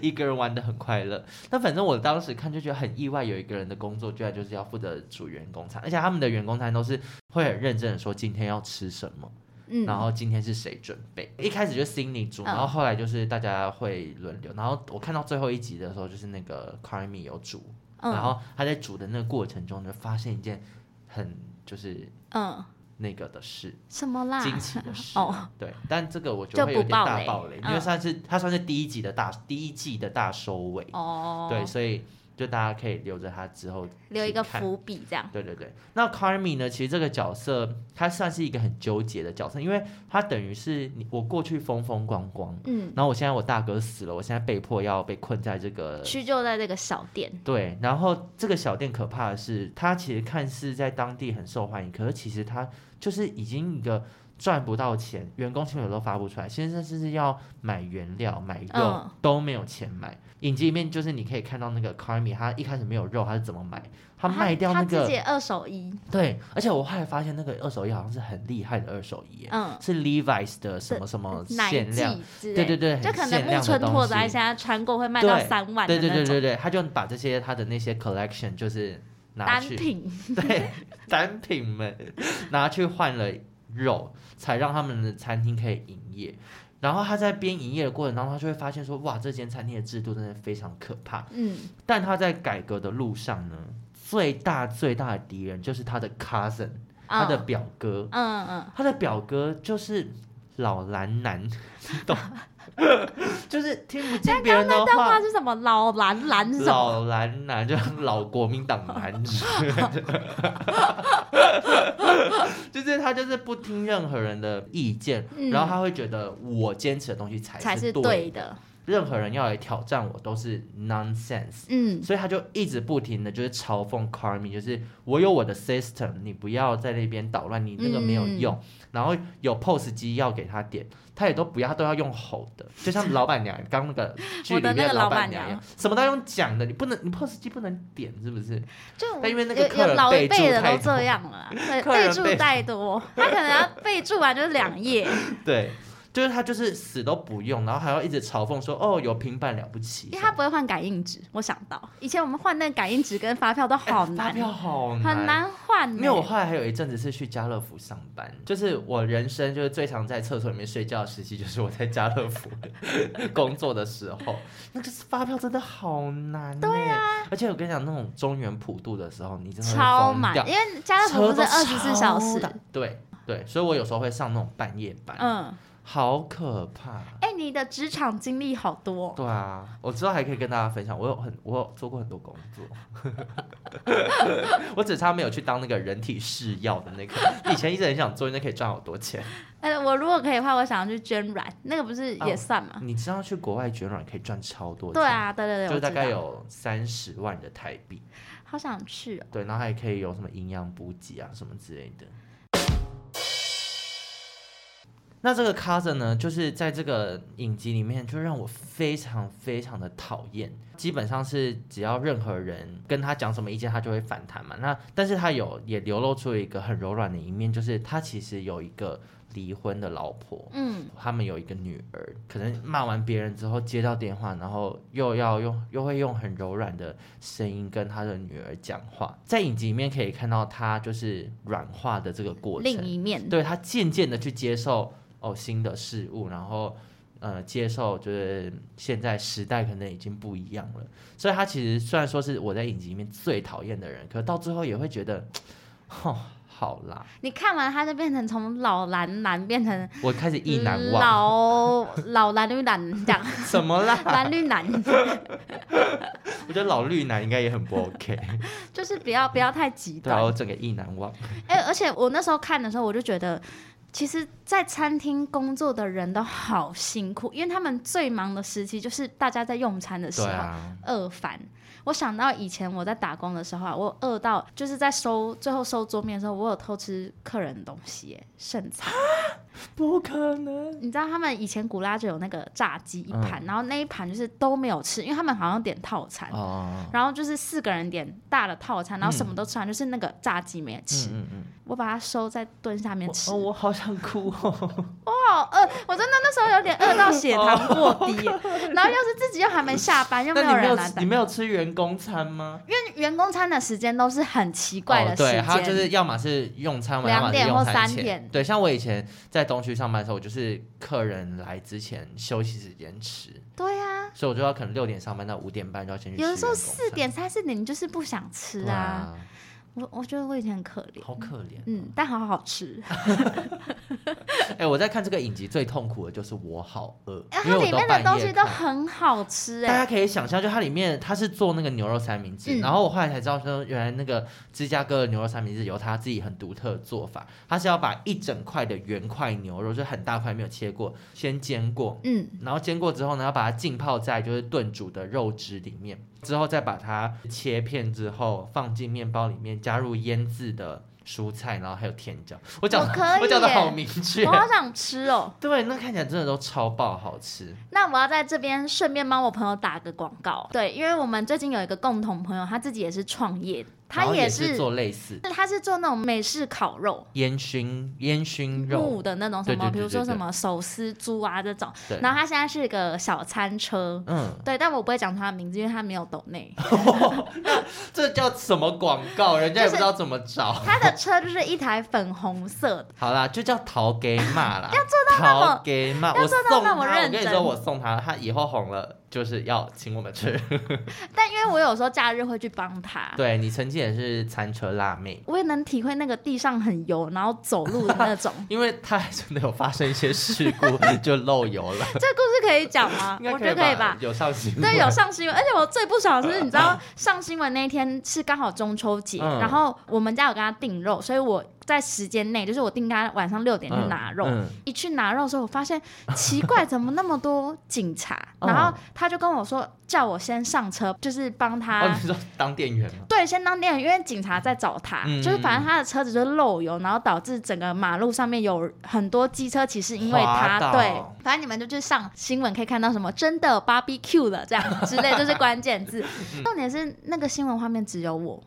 Speaker 2: 一个人玩的很快乐。但反正我当时看就觉得很意外，有一个人的工作居然就是要负责煮员工餐，而且他们的员工餐都是会很认真的说今天要吃什么，
Speaker 1: 嗯，
Speaker 2: 然后今天是谁准备。一开始就 Cindy 煮，
Speaker 1: 嗯
Speaker 2: 然后后来就是大家会轮流。然后我看到最后一集的时候，就是那个 Carmi 有煮，然
Speaker 1: 嗯
Speaker 2: 后他在煮的那个过程中，就发现一件很就是
Speaker 1: 嗯，
Speaker 2: 那个的事。
Speaker 1: 什么啦？
Speaker 2: 惊奇的事。
Speaker 1: 啊 哦
Speaker 2: 对，但这个我觉
Speaker 1: 就
Speaker 2: 得会有
Speaker 1: 不
Speaker 2: 点
Speaker 1: 爆
Speaker 2: 大
Speaker 1: 雷
Speaker 2: 爆雷，因
Speaker 1: 嗯
Speaker 2: 为算是它算是第一集的大第一季的大收尾，
Speaker 1: 哦，
Speaker 2: 对，所以就大家可以留着它之后
Speaker 1: 留一个
Speaker 2: 去看
Speaker 1: 伏笔这样。
Speaker 2: 对对对，那 Carmi 呢？其实这个角色他算是一个很纠结的角色，因为他等于是你我过去风风光光，
Speaker 1: 嗯，
Speaker 2: 然后我现在我大哥死了，我现在被迫要被困在这个
Speaker 1: 屈就在这个小店，
Speaker 2: 对，然后这个小店可怕的是，它其实看似在当地很受欢迎，可是其实它就是已经一个赚不到钱，员工薪水都发不出来，现在甚至要买原料、买肉、
Speaker 1: 嗯
Speaker 2: 都没有钱买。影集里面就是你可以看到那个 Carmi，他一开始没有肉，他是怎么买？他卖掉那
Speaker 1: 啊他自己
Speaker 2: 个
Speaker 1: 也二手衣，
Speaker 2: 对，而且我后来发现那个二手衣好像是很厉害的二手衣耶，
Speaker 1: 嗯，
Speaker 2: 是 Levi's 的什么什么
Speaker 1: 奶
Speaker 2: 限量，
Speaker 1: 记之类，
Speaker 2: 对对对，
Speaker 1: 就
Speaker 2: 很
Speaker 1: 可能
Speaker 2: 限
Speaker 1: 木
Speaker 2: 量
Speaker 1: 村
Speaker 2: 的
Speaker 1: 拓
Speaker 2: 东
Speaker 1: 哉
Speaker 2: 西。
Speaker 1: 现在穿过会卖到
Speaker 2: 对
Speaker 1: 三万的
Speaker 2: 对对
Speaker 1: 那
Speaker 2: 对
Speaker 1: 种
Speaker 2: 对对，他就把这些他的那些 collection 就是拿
Speaker 1: 单
Speaker 2: 去
Speaker 1: 品，
Speaker 2: 对单品们拿去换了肉，才让他们的餐厅可以营业。然后他在边营业的过程当中，他就会发现说，哇，这间餐厅的制度真的非常可怕。
Speaker 1: 嗯，
Speaker 2: 但他在改革的路上呢，最大最大的敌人就是他的 cousin，他的
Speaker 1: 嗯
Speaker 2: 表哥。
Speaker 1: 嗯嗯，
Speaker 2: 他的表哥就是老蓝男，你懂？就是听不进别人的
Speaker 1: 那
Speaker 2: 话
Speaker 1: 话。是什么？老蓝蓝是什么？
Speaker 2: 老蓝男就是老国民党男子， 就是他就是不听任何人的意见，
Speaker 1: 嗯
Speaker 2: 然后他会觉得我坚持的东西才
Speaker 1: 才
Speaker 2: 是
Speaker 1: 是
Speaker 2: 对，
Speaker 1: 对的，
Speaker 2: 任何人要来挑战我都是 nonsense。
Speaker 1: 嗯，
Speaker 2: 所以他就一直不停的就是嘲讽 Carmi，就是我有我的 system，你不要在那边捣乱，你那个没
Speaker 1: 嗯
Speaker 2: 有用。然后有 POS 机要给他点，他也都不要，他都要用吼的，就像老板娘刚那 个剧
Speaker 1: 我
Speaker 2: 里
Speaker 1: 的
Speaker 2: 面
Speaker 1: 那个
Speaker 2: 老
Speaker 1: 老
Speaker 2: 板
Speaker 1: 板
Speaker 2: 娘一样
Speaker 1: 娘，
Speaker 2: 什么都要用讲的，你不能你 POS 机不能点是不是？
Speaker 1: 就
Speaker 2: 但因为那个
Speaker 1: 有
Speaker 2: 客
Speaker 1: 有
Speaker 2: 人
Speaker 1: 老
Speaker 2: 备
Speaker 1: 一
Speaker 2: 注
Speaker 1: 辈的
Speaker 2: 太
Speaker 1: 都
Speaker 2: 多
Speaker 1: 这样了啦，对，
Speaker 2: 客人
Speaker 1: 备注
Speaker 2: 备
Speaker 1: 太多，他可能要备注完就是两页，
Speaker 2: 对，就是他就是死都不用，然后还要一直嘲讽说哦有平板了不起
Speaker 1: 因为，他不会换感应纸，我想到以前我们换那个感应纸跟发票都好
Speaker 2: 哎发
Speaker 1: 难，
Speaker 2: 票好
Speaker 1: 很难换欸呢，
Speaker 2: 因为我后来还有一阵子是去家乐福上班，就是我人生就是最常在厕所里面睡觉的时期，就是我在家乐 福工作的时候，那个发票真的好难、对啊，而且我跟你讲，那种中原普渡的时候，你真的会
Speaker 1: 超
Speaker 2: 疯
Speaker 1: 满
Speaker 2: 掉，
Speaker 1: 因为家乐福不是二十四小
Speaker 2: 车都超
Speaker 1: 时，
Speaker 2: 大对对，所以我有时候会上那种半夜班，
Speaker 1: 嗯，
Speaker 2: 好可怕。
Speaker 1: 哎、你的职场经历好多哦、
Speaker 2: 对啊，我之后还可以跟大家分享，我有很我有做过很多工作， 我只差没有去当那个人体试药的那个，以前一直很想做，那可以赚好多 钱。
Speaker 1: 哎、我如果可以的话，我想要去捐卵，那个不是也算吗？
Speaker 2: 你知道去国外卷软可以赚超多钱，
Speaker 1: 对，啊，对对对，
Speaker 2: 就
Speaker 1: 我
Speaker 2: 大
Speaker 1: 知道
Speaker 2: 概，有三十万的台币，
Speaker 1: 好想去哦、
Speaker 2: 对，然后还可以有什么营养补给啊什么之类的。那这个 cousin 呢，就是在这个影集里面，就让我非常非常的讨厌。基本上是只要任何人跟他讲什么意见，他就会反弹嘛。那但是他有也流露出一个很柔软的一面，就是他其实有一个离婚的老婆，
Speaker 1: 嗯，
Speaker 2: 他们有一个女儿，可能骂完别人之后接到电话，然后又要用又会用很柔软的声音跟他的女儿讲话。在影集里面可以看到他就是软化的这个过
Speaker 1: 另
Speaker 2: 程，
Speaker 1: 一面，
Speaker 2: 对他渐渐的去接受哦新的事物，然后呃接受就是现在时代可能已经不一样了。所以他其实虽然说是我在影集里面最讨厌的人，可到最后也会觉得，哦好啦，
Speaker 1: 你看完他就变成从老男男变成
Speaker 2: 我开始意难忘，
Speaker 1: 老老男绿男这样，
Speaker 2: 怎么啦？
Speaker 1: 男绿男
Speaker 2: 我觉得老绿男应该也很不 OK，
Speaker 1: 就是不要不要太极
Speaker 2: 对啊，
Speaker 1: 端
Speaker 2: 我。整个意难忘。
Speaker 1: 哎、而且我那时候看的时候，我就觉得，其实，在餐厅工作的人都好辛苦，因为他们最忙的时期就是大家在用餐的时
Speaker 2: 对
Speaker 1: 候。
Speaker 2: 啊，
Speaker 1: 饿翻。我想到以前我在打工的时候啊，我饿到就是在收最后收桌面的时候，我有偷吃客人的东西耶，剩菜。
Speaker 2: 不可能。
Speaker 1: 你知道他们以前古拉就有那个炸鸡一盘，然后那一盘就是都没有吃，因为他们好像点套餐，
Speaker 2: 嗯哦，
Speaker 1: 然后就是四个人点大的套餐，然后什么都吃完，就是那个炸鸡没吃。
Speaker 2: 嗯 嗯
Speaker 1: 我把它收在蹲下面
Speaker 2: 嗯，
Speaker 1: 吃，
Speaker 2: 哦，我好想哭哦。
Speaker 1: 好饿，我真的那时候有点饿到血糖过低 耶，然后又是自己又还没下班，又没
Speaker 2: 那 你没
Speaker 1: 人
Speaker 2: 有
Speaker 1: 来打
Speaker 2: 你，没有吃员工餐吗？
Speaker 1: 因为员工餐的时间都是很奇怪
Speaker 2: 哦、
Speaker 1: 的时
Speaker 2: 对，
Speaker 1: 间，
Speaker 2: 他就是要么是用餐完，
Speaker 1: 两
Speaker 2: 要么是
Speaker 1: 点
Speaker 2: 用
Speaker 1: 或
Speaker 2: 餐
Speaker 1: 三
Speaker 2: 前
Speaker 1: 点
Speaker 2: 对，像我以前在东区上班的时候，我就是客人来之前休息时间吃，
Speaker 1: 对呀、
Speaker 2: 所以我就要可能六点上班到五点半就要先去吃
Speaker 1: 有
Speaker 2: 员
Speaker 1: 的
Speaker 2: 工
Speaker 1: 时
Speaker 2: 餐。
Speaker 1: 候四点三四点你就是不想吃
Speaker 2: 对
Speaker 1: 啊，
Speaker 2: 啊，
Speaker 1: 我我觉得我以前很可怜，
Speaker 2: 好可怜。
Speaker 1: 嗯，但好好 吃。啊
Speaker 2: 哎、我在看这个影集最痛苦的就是我好饿，
Speaker 1: 哎，
Speaker 2: 因为
Speaker 1: 它
Speaker 2: 我
Speaker 1: 里面
Speaker 2: 半
Speaker 1: 的
Speaker 2: 夜
Speaker 1: 东西都
Speaker 2: 看啊
Speaker 1: 很好吃
Speaker 2: 大
Speaker 1: 哎、
Speaker 2: 家可以想象，就它里面它是做那个牛肉三明治，
Speaker 1: 嗯
Speaker 2: 然后我后来才知道说，原来那个芝加哥的牛肉三明治有它自己很独特的做法，它是要把一整块的圆块牛肉，就很大块没有切过，先煎过，
Speaker 1: 嗯，
Speaker 2: 然后煎过之后呢，要把它浸泡在就是炖煮的肉汁里面，之后再把它切片之后放进面包里面，加入腌制的蔬菜，然后还有甜椒。我讲
Speaker 1: 我
Speaker 2: 的
Speaker 1: 可以
Speaker 2: 我讲的
Speaker 1: 耶
Speaker 2: 好明确
Speaker 1: 我，好想吃哦。
Speaker 2: 对，那看起来真的都超爆好吃。
Speaker 1: 那我要在这边顺便帮我朋友打个广告，对，因为我们最近有一个共同朋友，他自己也是创业，
Speaker 2: 然
Speaker 1: 他
Speaker 2: 后也
Speaker 1: 是
Speaker 2: 做类似
Speaker 1: 他是做那种美式烤肉。
Speaker 2: 烟熏烟熏肉，
Speaker 1: 木的那种
Speaker 2: 对
Speaker 1: 什么，
Speaker 2: 对对
Speaker 1: 比如说
Speaker 2: 对对
Speaker 1: 什么手撕猪啊这种，
Speaker 2: 对，
Speaker 1: 然后他现在是一个小餐车，
Speaker 2: 嗯，
Speaker 1: 对，但我不会讲出他的名字，因为他没有抖内。
Speaker 2: 这叫什么广告？人家也不知道怎么找。
Speaker 1: 他的车就是一台粉红色的，
Speaker 2: 好啦，就叫陶给骂啦，要做到
Speaker 1: 那么
Speaker 2: 陶给骂，
Speaker 1: 要
Speaker 2: 我
Speaker 1: 做
Speaker 2: 送
Speaker 1: 到
Speaker 2: 他，
Speaker 1: 那么
Speaker 2: 我
Speaker 1: 认
Speaker 2: 跟你
Speaker 1: 真
Speaker 2: 说，我送他，他以后红了就是要请我们吃。
Speaker 1: 但因为我有时候假日会去帮他，
Speaker 2: 对你曾经也是餐车辣妹，
Speaker 1: 我也能体会那个地上很油，然后走路的 那种。
Speaker 2: 因为他还真的有发生一些事故，就漏油了。
Speaker 1: 这故事可以讲吗？
Speaker 2: 应该
Speaker 1: 我觉得可以吧。
Speaker 2: 有上新闻
Speaker 1: 对，有上新闻，而且我最不爽的是，你知道上新闻那一天是刚好中秋节，
Speaker 2: 嗯
Speaker 1: 然后我们家有跟他订肉，所以我在时间内，就是我订他晚上六点去拿肉。
Speaker 2: 嗯
Speaker 1: 一去拿肉的时候，我发现奇怪，怎么那么多警 察？
Speaker 2: 嗯
Speaker 1: 然后他就跟我说，叫我先上车，就是帮他。
Speaker 2: 哦，你说当店员吗？
Speaker 1: 对，先当店员，因为警察在找他，
Speaker 2: 嗯
Speaker 1: 就是反正他的车子就是漏油，然后导致整个马路上面有很多机车骑士，因为
Speaker 2: 滑
Speaker 1: 他
Speaker 2: 倒
Speaker 1: 对，反正你们就去上新闻可以看到什么真的 barbecue 了这样之类，就是关键 字。
Speaker 2: 嗯
Speaker 1: 重点是那个新闻画面只有我，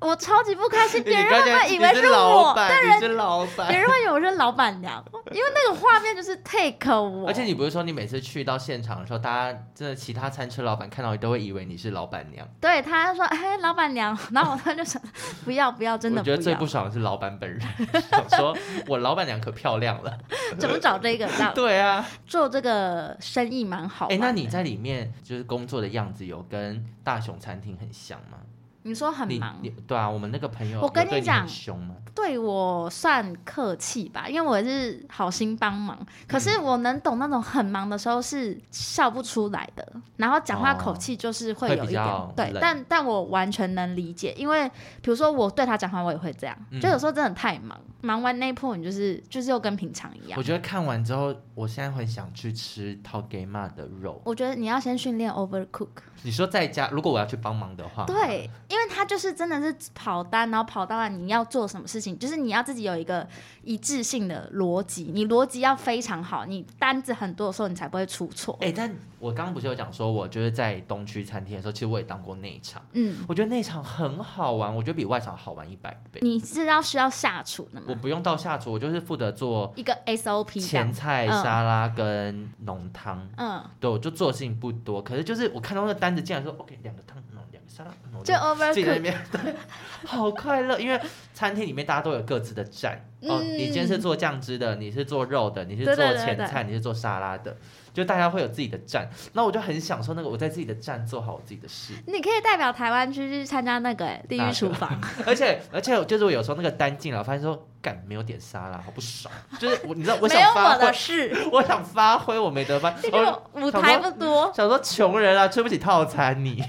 Speaker 1: 我超级不开心，别人
Speaker 2: 你刚
Speaker 1: 会
Speaker 2: 才
Speaker 1: 不会以为
Speaker 2: 你是
Speaker 1: 我
Speaker 2: 老？板，
Speaker 1: 但
Speaker 2: 你是老板
Speaker 1: 别。人会以为我是老板娘，因为那个画面就是 take 我，
Speaker 2: 而且你不是说你每次去到现场的时候，大家真的其他餐车老板看到你都会以为你是老板娘。
Speaker 1: 对他说哎老板娘，然后我他就想 不要不要，真的
Speaker 2: 我觉得
Speaker 1: 不
Speaker 2: 最
Speaker 1: 要
Speaker 2: 不，爽的是老板本人， 想说我老板娘可漂亮了。
Speaker 1: 怎么找这 个这样？
Speaker 2: 对啊，
Speaker 1: 做这个生意蛮好
Speaker 2: 哎、
Speaker 1: 玩的。
Speaker 2: 那你在里面就是工作的样子有跟大熊餐厅很像吗？
Speaker 1: 你说很
Speaker 2: 你
Speaker 1: 忙
Speaker 2: 你，对啊，我们那个朋友
Speaker 1: 我跟
Speaker 2: 有对
Speaker 1: 你讲
Speaker 2: 很凶吗？
Speaker 1: 对我算客气吧，因为我是好心帮忙。可
Speaker 2: 嗯
Speaker 1: 是我能懂那种很忙的时候是笑不出来的，然后讲话口气就是会有一点、
Speaker 2: 哦会比较
Speaker 1: 对
Speaker 2: 冷，
Speaker 1: 但但我完全能理解，因为比如说我对他讲话，我也会这样，
Speaker 2: 嗯
Speaker 1: 就有时候真的太忙，忙完那一波你就是就是又跟平常一样
Speaker 2: 我。觉得看完之后，我现在很想去吃 t a g a m a 的肉。
Speaker 1: 我觉得你要先训练 overcook，
Speaker 2: 你说在家，如果我要去帮忙的话，，
Speaker 1: 对，因为他就是真的是跑单，然后跑到了你要做什么事情，就是你要自己有一个一致性的逻辑，你逻辑要非常好，你单子很多的时候你才不会出错。
Speaker 2: 哎、但我刚刚不是有讲说，我就是在东区餐厅的时候，其实我也当过内场，
Speaker 1: 嗯，
Speaker 2: 我觉得内场很好玩，我觉得比外场好玩一百倍。
Speaker 1: 你是要需要下厨的
Speaker 2: 我
Speaker 1: 吗？
Speaker 2: 不用到下厨，我就是负责做
Speaker 1: 一个 SOP 这
Speaker 2: 前
Speaker 1: 样。
Speaker 2: 菜、
Speaker 1: 嗯
Speaker 2: 沙拉跟浓汤，
Speaker 1: 嗯，
Speaker 2: 对，我就做的事情不多，可是就是我看到那个单子，竟然说 OK 两个汤，嗯，两个沙拉，嗯我
Speaker 1: 就
Speaker 2: 自己在
Speaker 1: overcook，
Speaker 2: 那边，对，好快乐，因为餐厅里面大家都有各自的站，哦，
Speaker 1: 嗯
Speaker 2: 你今天是做酱汁的，你是做肉的，你是
Speaker 1: 对
Speaker 2: 做
Speaker 1: 对对
Speaker 2: 前
Speaker 1: 对
Speaker 2: 菜，你是做沙拉的，就大家会有自己的站，那我就很享受那个我在自己的站做好我自己的事，
Speaker 1: 你可以代表台湾区去参加那个、欸、地狱厨房，
Speaker 2: 而且而且就是我有时候那个单进来，我发现说干没有点沙拉，好不爽，就是我你知道 我
Speaker 1: 没
Speaker 2: 想
Speaker 1: 有
Speaker 2: 发
Speaker 1: 我的
Speaker 2: 挥，
Speaker 1: 事，
Speaker 2: 我想发挥我没得发，
Speaker 1: 这
Speaker 2: 我
Speaker 1: 个舞台不多。
Speaker 2: 想说穷人啊，吃不起套餐你，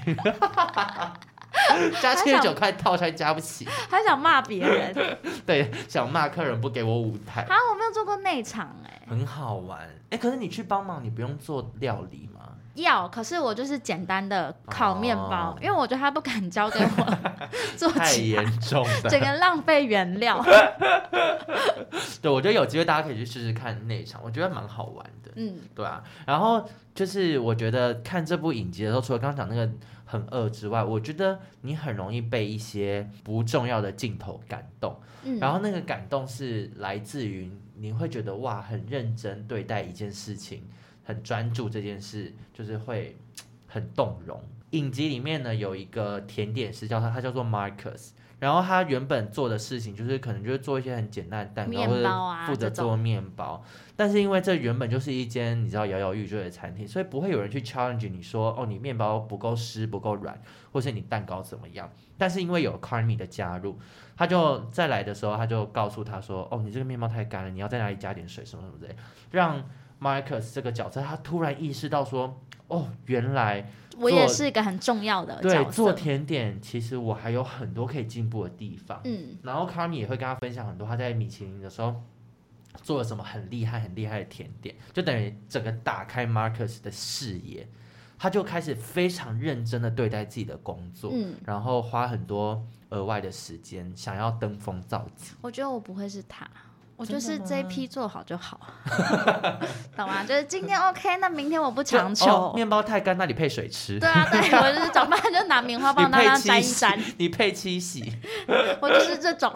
Speaker 2: 加七十九块套餐加不起，
Speaker 1: 还想骂别人。
Speaker 2: 对，想骂客人不给我舞台，
Speaker 1: 啊，我没有做过内场哎、
Speaker 2: 很好玩。哎、可是你去帮忙，你不用做料理吗？
Speaker 1: 要，可是我就是简单的烤面包，
Speaker 2: 哦
Speaker 1: 因为我觉得他不敢交给 我 做
Speaker 2: 太
Speaker 1: 起来，
Speaker 2: 严重
Speaker 1: 整
Speaker 2: 了。
Speaker 1: 个浪费原 料。
Speaker 2: 对，我觉得有机会大家可以去试试看内场，我觉得蛮好玩的。
Speaker 1: 嗯，
Speaker 2: 对啊，然后就是我觉得看这部影集的时候，除了刚刚讲那个很饿之外，我觉得你很容易被一些不重要的镜头感动。
Speaker 1: 嗯
Speaker 2: 然后那个感动是来自于你会觉得哇，很认真对待一件事情，很专注这件事，就是会很动容。影集里面呢有一个甜点师叫他，他叫做 Marcus。然后他原本做的事情就是可能就是做一些很简单的蛋糕，
Speaker 1: 面
Speaker 2: 或
Speaker 1: 包啊
Speaker 2: 者负责
Speaker 1: 这种
Speaker 2: 做面包。但是因为这原本就是一间你知道摇摇欲坠的餐厅，所以不会有人去 challenge 你说哦你面包不够湿不够软，或是你蛋糕怎么样。但是因为有 Carmi 的加入，他就再来的时候他就告诉他说哦你这个面包太干了，你要在哪里加点水什么什么之类，让 Marcus 这个角色他突然意识到说哦原来
Speaker 1: 我也是一个很重要的
Speaker 2: 对，
Speaker 1: 呃角
Speaker 2: 做
Speaker 1: 色。
Speaker 2: 甜点其实我还有很多可以进步的地方。
Speaker 1: 嗯，
Speaker 2: 然后卡米也会跟他分享很多他在米其林的时候做了什么很厉害、很厉害的甜点，就等于整个打开 Marcus 的视野，他就开始非常认真的对待自己的工作，
Speaker 1: 嗯
Speaker 2: 然后花很多额外的时间想要登峰造极。
Speaker 1: 我觉得我不会是他。我
Speaker 2: 真
Speaker 1: 就
Speaker 2: 的
Speaker 1: 是
Speaker 2: 吗
Speaker 1: 这一批做好就 好，懂吗？就是今天 OK，那明天我不强
Speaker 2: 就
Speaker 1: 求。
Speaker 2: 哦面包太干，那你配水吃。
Speaker 1: 对啊，对，我就是早班就拿棉花
Speaker 2: 你
Speaker 1: 棒当
Speaker 2: 配
Speaker 1: 当
Speaker 2: 七
Speaker 1: 沾一
Speaker 2: 喜
Speaker 1: 沾，，
Speaker 2: 你配七喜。
Speaker 1: 我就是这种。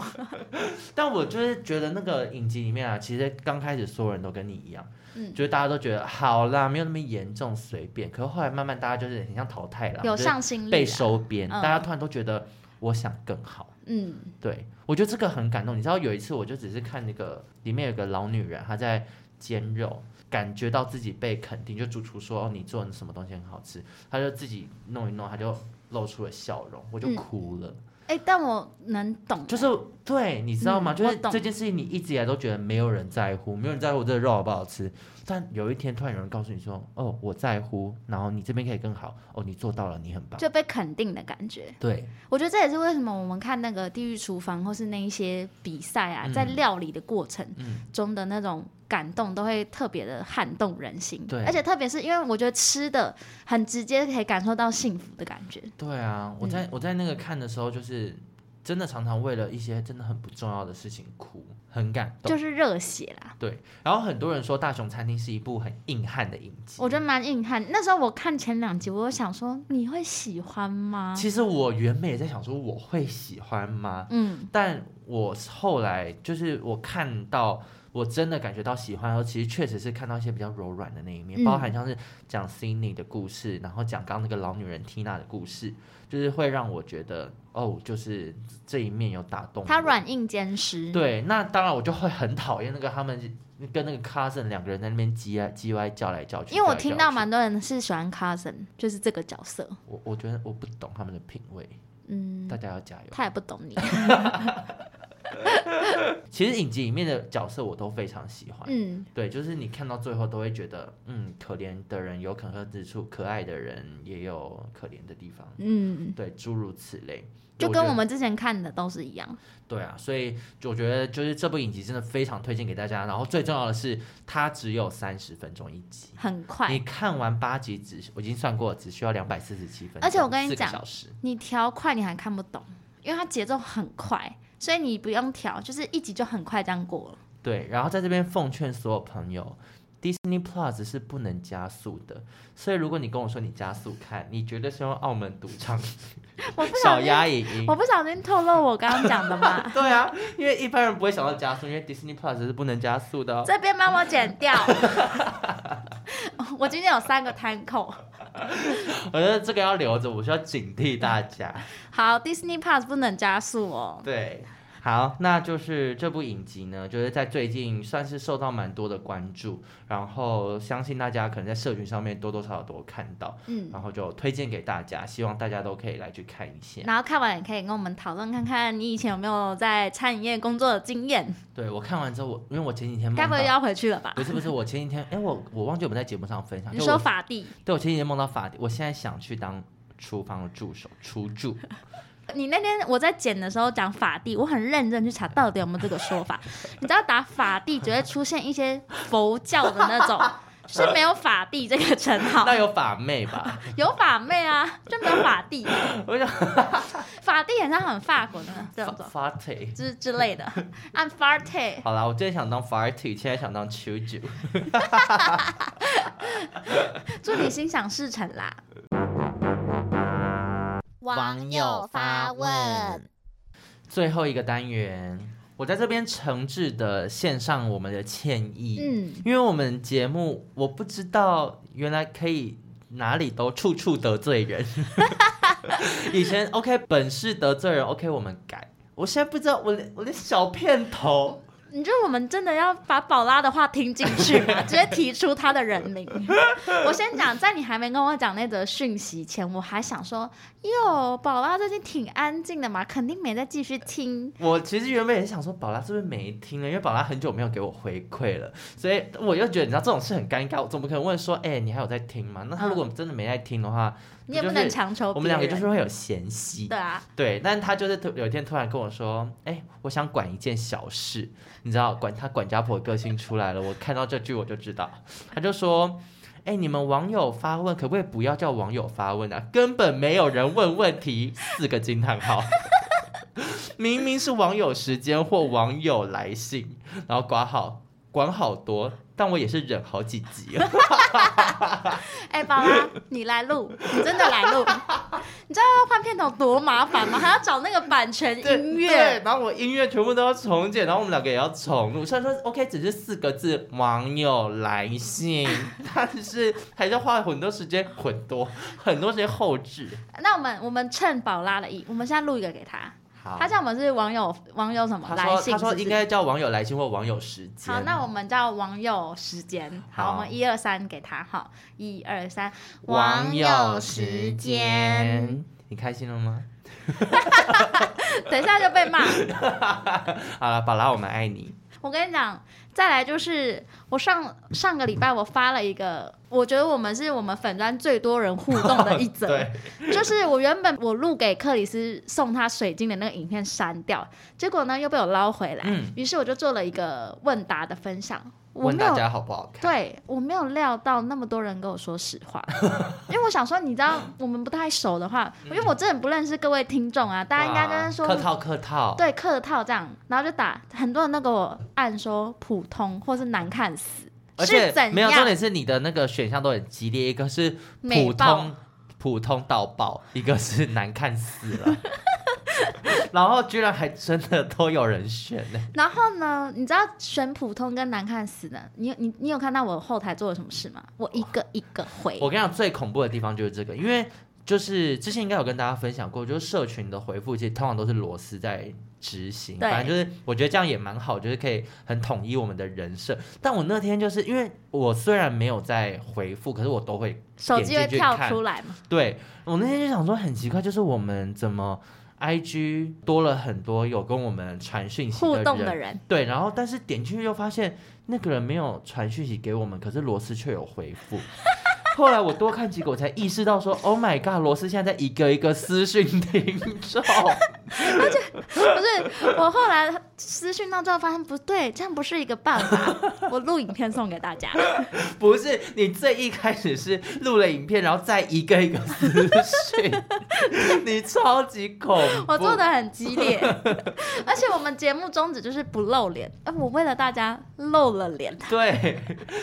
Speaker 2: 但我就是觉得那个影集里面啊，其实刚开始所有人都跟你一样，
Speaker 1: 嗯
Speaker 2: 就是大家都觉得好啦，没有那么严重，随便。可是后来慢慢大家就是很像淘汰了，
Speaker 1: 有
Speaker 2: 就是
Speaker 1: 上心力、啊，
Speaker 2: 被收编，
Speaker 1: 嗯
Speaker 2: 大家突然都觉得我想更好。
Speaker 1: 嗯，
Speaker 2: 对我觉得这个很感动。你知道有一次我就只是看那个里面有个老女人，她在煎肉。感觉到自己被肯定，就主厨说：“哦，你做的什么东西很好吃。”她就自己弄一弄，她就露出了笑容，我就
Speaker 1: 嗯
Speaker 2: 哭了。
Speaker 1: 哎、但我能懂，
Speaker 2: 就是对，你知道吗？
Speaker 1: 嗯
Speaker 2: 就是
Speaker 1: 我懂
Speaker 2: 这件事情，你一直以来都觉得没有人在乎，没有人在乎这个肉好不好吃。但有一天突然有人告诉你说：“哦，我在乎，然后你这边可以更好，哦，你做到了，你很棒。
Speaker 1: 就被肯定的感觉。”
Speaker 2: 对，
Speaker 1: 我觉得这也是为什么我们看那个《地狱厨房》或是那一些比赛啊，
Speaker 2: 嗯
Speaker 1: 在料理的过程
Speaker 2: 嗯
Speaker 1: 中的那种感动，都会特别的撼动人心。
Speaker 2: 对
Speaker 1: 而且特别是因为我觉得吃的很直接，可以感受到幸福的感觉。
Speaker 2: 对啊，我在、我在那个看的时候，就是真的常常为了一些真的很不重要的事情哭，很感动。
Speaker 1: 就是热血啦，
Speaker 2: 对，然后很多人说《大熊餐厅》是一部很硬汉的影集，
Speaker 1: 我觉得蛮硬汉。那时候我看前两集，我有想说你会喜欢吗？
Speaker 2: 其实我原本也在想说我会喜欢吗？
Speaker 1: 嗯，
Speaker 2: 但我后来就是我看到，我真的感觉到喜欢的时候，其实确实是看到一些比较柔软的那一面，
Speaker 1: 嗯
Speaker 2: 包含像是讲 Cindy 的故事，然后讲刚那个老女人 Tina 的故事，就是会让我觉得哦，就是这一面有打动我
Speaker 1: 他。软硬兼施。
Speaker 2: 对，那当然我就会很讨厌那个他们跟那个 cousin 两个人在那边叽啊叽歪叫来叫去，
Speaker 1: 因为我
Speaker 2: 叫来叫
Speaker 1: 听到
Speaker 2: 去
Speaker 1: 蛮多人是喜欢 cousin，就是这个角色，
Speaker 2: 我我觉得我不懂他们的品味，
Speaker 1: 嗯，
Speaker 2: 大家要加油。
Speaker 1: 他也不懂 你，
Speaker 2: 其实影集里面的角色我都非常喜欢，
Speaker 1: 嗯，
Speaker 2: 对，就是你看到最后都会觉得，嗯，可怜的人有可恨之处，可爱的人也有可怜的地方，
Speaker 1: 嗯，
Speaker 2: 对，诸如此类。
Speaker 1: 就
Speaker 2: 觉
Speaker 1: 跟
Speaker 2: 得
Speaker 1: 我们之前看的都是一样，
Speaker 2: 对啊，所以就我觉得就是这部影集真的非常推荐给大家。然后最重要的是，它只有三十分钟一集，
Speaker 1: 很快
Speaker 2: 你。看完八集只我已经算过了，只需要两百四十七分钟，
Speaker 1: 而且我跟你
Speaker 2: 4个
Speaker 1: 讲
Speaker 2: 小时
Speaker 1: 你调快你还看不懂，因为它节奏很快，所以你不用调，就是一集就很快这样过 了。
Speaker 2: 对，然后在这边奉劝所有朋友，Disney Plus 是不能加速的，所以如果你跟我说你加速看，你绝对是用澳门赌场
Speaker 1: 我不
Speaker 2: 小
Speaker 1: 小心，
Speaker 2: 鸭影音。，
Speaker 1: 我不小心透露我刚刚讲的嘛
Speaker 2: 对啊，因为一般人不会想到加速，因为 Disney Plus 是不能加速的、哦。
Speaker 1: 这边帮我剪掉。 我今天有三个摊扣。
Speaker 2: 我觉得这个要留着，我需要警惕大家。
Speaker 1: 好，Disney Plus 不能加速哦。
Speaker 2: 对，嗯好，那就是这部影集呢，就是在最近算是受到蛮多的关注，然后相信大家可能在社群上面多多少少都有看到，
Speaker 1: 嗯，
Speaker 2: 然后就推荐给大家，希望大家都可以来去看一下。
Speaker 1: 然后看完也可以跟我们讨论看看，你以前有没有在餐饮业工作的经验？
Speaker 2: 对我看完之后，我因为我前几天梦
Speaker 1: 该不会又
Speaker 2: 到。
Speaker 1: 要回去了吧
Speaker 2: 不？是不是，我前几天，哎、我我忘记我们在节目上分享，
Speaker 1: 你
Speaker 2: 就
Speaker 1: 说
Speaker 2: 我
Speaker 1: 法蒂，
Speaker 2: 对我前几天梦到法蒂，我现在想去当厨房的助手，厨助，
Speaker 1: 你那天我在剪的时候讲法蒂，我很认真去查到底有没有这个说法。你知道打法蒂只会出现一些佛教的那种，是没有法蒂这个称号
Speaker 2: 那，有法妹 吧？
Speaker 1: 有法妹啊，就没有法蒂。
Speaker 2: 我想
Speaker 1: 法蒂好像很法国的这种
Speaker 2: 法腿。
Speaker 1: 之之类的，按 farty。
Speaker 2: 好啦，我之前想当法腿，现在想当秋九。
Speaker 1: 祝你心想事成啦！
Speaker 4: 网友发问，
Speaker 2: 最后一个单元，我在这边诚挚的献上我们的歉意，
Speaker 1: 嗯，
Speaker 2: 因为我们节目我不知道原来可以哪里都处处得 罪人。以前 OK 本是得罪人，OK 我们改。我现在不知道，我连我连小片头，
Speaker 1: 你觉得我们真的要把宝拉的话听进去 吗？直接提出他的人名。 我先讲，在你还没跟我讲那则讯息前，我还想说，哟，宝拉最近挺安静的嘛，肯定没再继续听。
Speaker 2: 我其实原本也是想说宝拉是不是没听了，因为宝拉很久没有给我回馈了，所以我又觉得你知道这种事很尴尬，我总不可能问说，哎、你还有在听吗？那他如果真的没在听的话，
Speaker 1: 你也不
Speaker 2: 就是
Speaker 1: 能强求别人。
Speaker 2: 我们两个就是会有嫌隙。
Speaker 1: 对啊，
Speaker 2: 对，但他就是突有一天突然跟我说：“哎、我想管一件小事，你知道，管他管家婆个性出来了。”我看到这句我就知道，他就说：“哎、你们网友发问可不可以不要叫网友发问啊？根本没有人问问题，四个惊叹号。” 明明是网友时间或网友来信，然后挂号管好多，但我也是忍好几集了。
Speaker 1: 哎、宝拉，你来录，你真的来录。 你知道要换片头多麻烦吗？还要找那个版权
Speaker 2: 对
Speaker 1: 音
Speaker 2: 对
Speaker 1: 乐。
Speaker 2: 然后我音乐全部都要重剪，然后我们两个也要重录。虽然说 OK 只是四个字“网友来 信”，但是还是要花很多时间，很多很多时间后置。
Speaker 1: 那我们我们趁宝拉的意，我们现在录一个给他。
Speaker 2: 好，
Speaker 1: 他叫我们是网友网友什么
Speaker 2: 他
Speaker 1: 来
Speaker 2: 说
Speaker 1: 信
Speaker 2: 他
Speaker 1: 是不
Speaker 2: 说
Speaker 1: 是
Speaker 2: 应该叫网友来信或网友时间。
Speaker 1: 好，那我们叫网友时间。好，
Speaker 2: 好
Speaker 1: 我们一二三给他。好，一二三，
Speaker 2: 网友
Speaker 1: 时
Speaker 2: 时
Speaker 1: 间。
Speaker 2: 间，你开心了吗？
Speaker 1: 等一下就被骂。
Speaker 2: 好了，宝拉，我们爱你。
Speaker 1: 我跟你讲，再来就是我上上个礼拜我发了一个，我觉得我们是我们粉砖最多人互动的一则。
Speaker 2: 对，
Speaker 1: 就是我原本我录给克里斯送他水晶的那个影片删掉，结果呢又被我捞回来，
Speaker 2: 嗯
Speaker 1: 于、是我就做了一个问答的分享。我
Speaker 2: 问
Speaker 1: 没
Speaker 2: 大
Speaker 1: 有
Speaker 2: 家好不好看？
Speaker 1: 对我没有料到那么多人跟我说实话， 因为我想说，你知道我们不太熟的话，因为我真的不认识各位听众啊，大家应该
Speaker 2: 对啊
Speaker 1: 就是说
Speaker 2: 嗯客套客套。
Speaker 1: 对客套这样，然后就打很多人都给我按说普通或是难看死，
Speaker 2: 而
Speaker 1: 是
Speaker 2: 且
Speaker 1: 怎样？
Speaker 2: 没有重点是你的那个选项都很激烈，一个是
Speaker 1: 美
Speaker 2: 普
Speaker 1: 爆
Speaker 2: 通普通到爆，一个是难看死了， 然后居然还真的都有人选呢、
Speaker 1: 然后呢，你知道选普通跟难看死的，你你你有看到我后台做了什么事吗？我一个一个回，
Speaker 2: 我跟你讲，最恐怖的地方就是这个，因为就是之前应该有跟大家分享过，就是社群的回复其实通常都是罗斯在执行，
Speaker 1: 对
Speaker 2: 反正就是我觉得这样也蛮好，就是可以很统一我们的人设。但我那天就是因为我虽然没有在回复，可是我都会
Speaker 1: 手机会
Speaker 2: 点进去
Speaker 1: 跳
Speaker 2: 看
Speaker 1: 出来嘛？
Speaker 2: 对我那天就想说很奇怪，就是我们怎么 IG 多了很多有跟我们传讯息
Speaker 1: 互
Speaker 2: 人
Speaker 1: 动的人，
Speaker 2: 对，然后但是点进去又发现那个人没有传讯息给我们，可是罗斯却有回复。 后来我多看几个，我才意识到说，Oh my god，罗斯现在在一个一个私讯听众，
Speaker 1: 不是，我后来私讯到之后发现不对，这样不是一个办法。我录影片送给 大家，
Speaker 2: 不是你最一开始是录了影片，然后再一个一个私 讯，你超级恐怖，
Speaker 1: 我做的很激烈， 而且我们节目宗旨就是不露脸。哎、我为了大家露了脸。
Speaker 2: 对，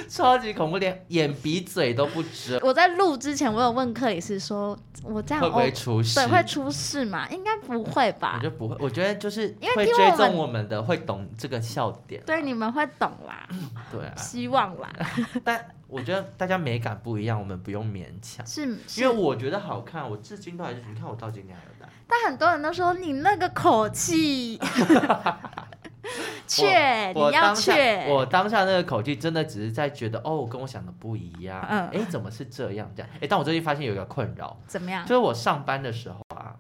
Speaker 2: 超级恐怖，连眼鼻嘴都不遮，
Speaker 1: 我在录之前，我有问克里斯说，我这样
Speaker 2: 会不会
Speaker 1: O-
Speaker 2: 出事？
Speaker 1: 对会出事吗？应该不会吧
Speaker 2: 我？就不会，我觉得就是
Speaker 1: 因为
Speaker 2: 会
Speaker 1: 听
Speaker 2: 追
Speaker 1: 我们
Speaker 2: 踪我们的，会懂这个笑点。啊
Speaker 1: 对，你们会懂 啦，
Speaker 2: 对啊，
Speaker 1: 希望啦，
Speaker 2: 但我觉得大家美感不一样，我们不用勉强。
Speaker 1: 是
Speaker 2: 因
Speaker 1: 是
Speaker 2: 为。我觉得好看，我至今都还是你看我到今天还有戴，
Speaker 1: 但很多人都说你那个口 气， 雀，
Speaker 2: 我
Speaker 1: 你要
Speaker 2: 当下
Speaker 1: 雀，
Speaker 2: 我当下那个口气真的只是在觉得哦，跟我想的不一样，
Speaker 1: 嗯
Speaker 2: 嗯，哎，怎么是这样这样？哎，但我最近发现有一个困扰，
Speaker 1: 怎么样
Speaker 2: 就？是我上班的时候啊，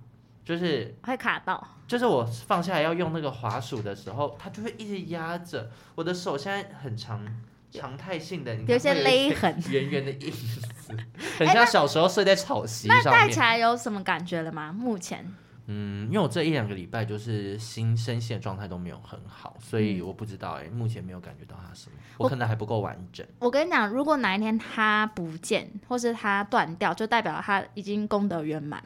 Speaker 2: 就是
Speaker 1: 会卡到。
Speaker 2: 就是我放下来要用那个滑鼠的时候，它就会一直压着我的手，现在很长常态性的，你看
Speaker 1: 有一些
Speaker 2: 嗯会
Speaker 1: 勒 痕
Speaker 2: 圆圆的 印子，很像小时候睡在草席
Speaker 1: 那
Speaker 2: 上
Speaker 1: 戴
Speaker 2: 面
Speaker 1: 起。来有什么感觉了吗？目前
Speaker 2: 嗯，因为我这一两个礼拜就是心身心的状态都没有很好，所以我不知道哎、目前没有感觉到它什么，
Speaker 1: 嗯我
Speaker 2: 我可能还不够完整。
Speaker 1: 我跟你讲，如果哪一天它不见，或是它断掉，就代表它已经功德圆满。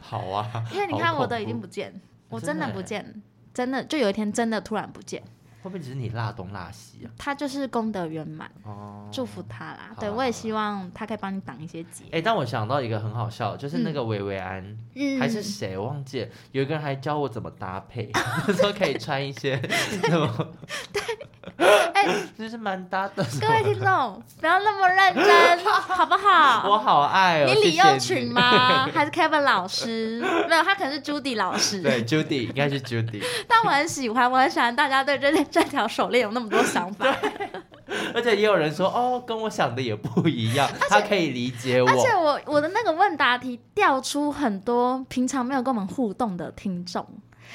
Speaker 2: 好啊，
Speaker 1: 因为你
Speaker 2: 好
Speaker 1: 看我
Speaker 2: 恐
Speaker 1: 的已经
Speaker 2: 怖
Speaker 1: 不见，我真
Speaker 2: 真的
Speaker 1: 的
Speaker 2: 欸
Speaker 1: 不见，真的就有一天真的突然不见，
Speaker 2: 会不会只是你辣东辣西啊？
Speaker 1: 它就是功德圆满，
Speaker 2: 哦，
Speaker 1: 祝福他啦。
Speaker 2: 好
Speaker 1: 对，
Speaker 2: 啦
Speaker 1: 我也
Speaker 2: 好啦
Speaker 1: 希望他可以帮你挡一些劫。
Speaker 2: 哎、但我想到一个很好笑的，就是那
Speaker 1: 嗯
Speaker 2: 个薇薇安，
Speaker 1: 嗯，
Speaker 2: 还是谁忘记了？ 有一个人还教我怎么搭配，说可以穿一些什么其实蛮搭的。
Speaker 1: 哎各位听众，不要那么认真，好不
Speaker 2: 我
Speaker 1: 好？
Speaker 2: 好爱哦，
Speaker 1: 你李
Speaker 2: 谢谢
Speaker 1: 幼
Speaker 2: 你
Speaker 1: 群？吗？还是 Kevin 老师？没有，他可能是 Judy 老师。
Speaker 2: 对，Judy 应该是 Judy，
Speaker 1: 但我很喜欢，我很喜欢大家对这这条手链有那么多想法。
Speaker 2: 而且也有人说哦，跟我想的也不一样，他可以理解我
Speaker 1: 而。且我我的那个问答题调出很多平常没有跟我们互动的听众，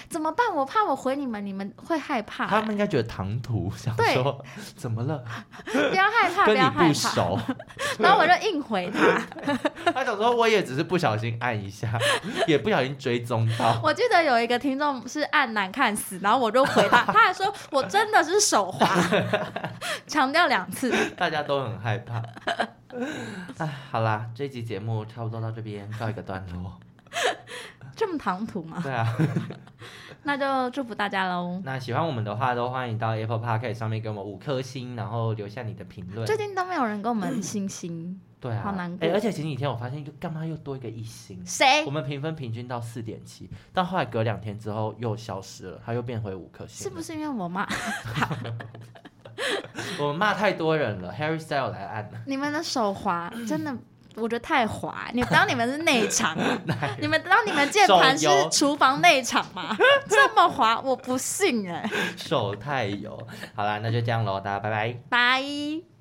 Speaker 1: 怎么办？我怕我回你们，你们会害怕、
Speaker 2: 他们应该觉得唐突，想
Speaker 1: 对
Speaker 2: 说怎么了？
Speaker 1: 不要害怕，不
Speaker 2: 跟
Speaker 1: 要
Speaker 2: 你
Speaker 1: 害怕。
Speaker 2: 不熟，
Speaker 1: 然后我就硬回他。
Speaker 2: 他想说我也只是不小心按一下， 也不小心追踪到。
Speaker 1: 我记得有一个听众是按难看死，然后我就回他，他还说我真的是手滑， 强调两次。
Speaker 2: 大家都很害怕。 哎，好啦，这集节目差不多到这边告一个段落。
Speaker 1: 这么唐突吗？
Speaker 2: 对啊，
Speaker 1: 那就祝福大家喽！
Speaker 2: 那喜欢我们的话，都欢迎到 Apple Podcast 上面给我们五颗星，然后留下你的评论
Speaker 1: 最。近都没有人给我们星星，
Speaker 2: 对啊，
Speaker 1: 好难过哎
Speaker 2: 哎而且前几天我发现，就干嘛又多一个一星？
Speaker 1: 谁
Speaker 2: 我们评分平均到四点七，但后来隔两天之后又消失了，它又变回五颗星。
Speaker 1: 是不？是因为我骂
Speaker 2: 我们骂太多人了，Harry Style 来按了。
Speaker 1: 你们的手滑？真的，我觉得太滑。你当你们是内场啊，你们当你们键盘是
Speaker 2: 手游
Speaker 1: 厨房内场吗？这么滑，我不信哎、
Speaker 2: 手太油。好啦，那就这样喽，大家拜拜。
Speaker 1: 拜。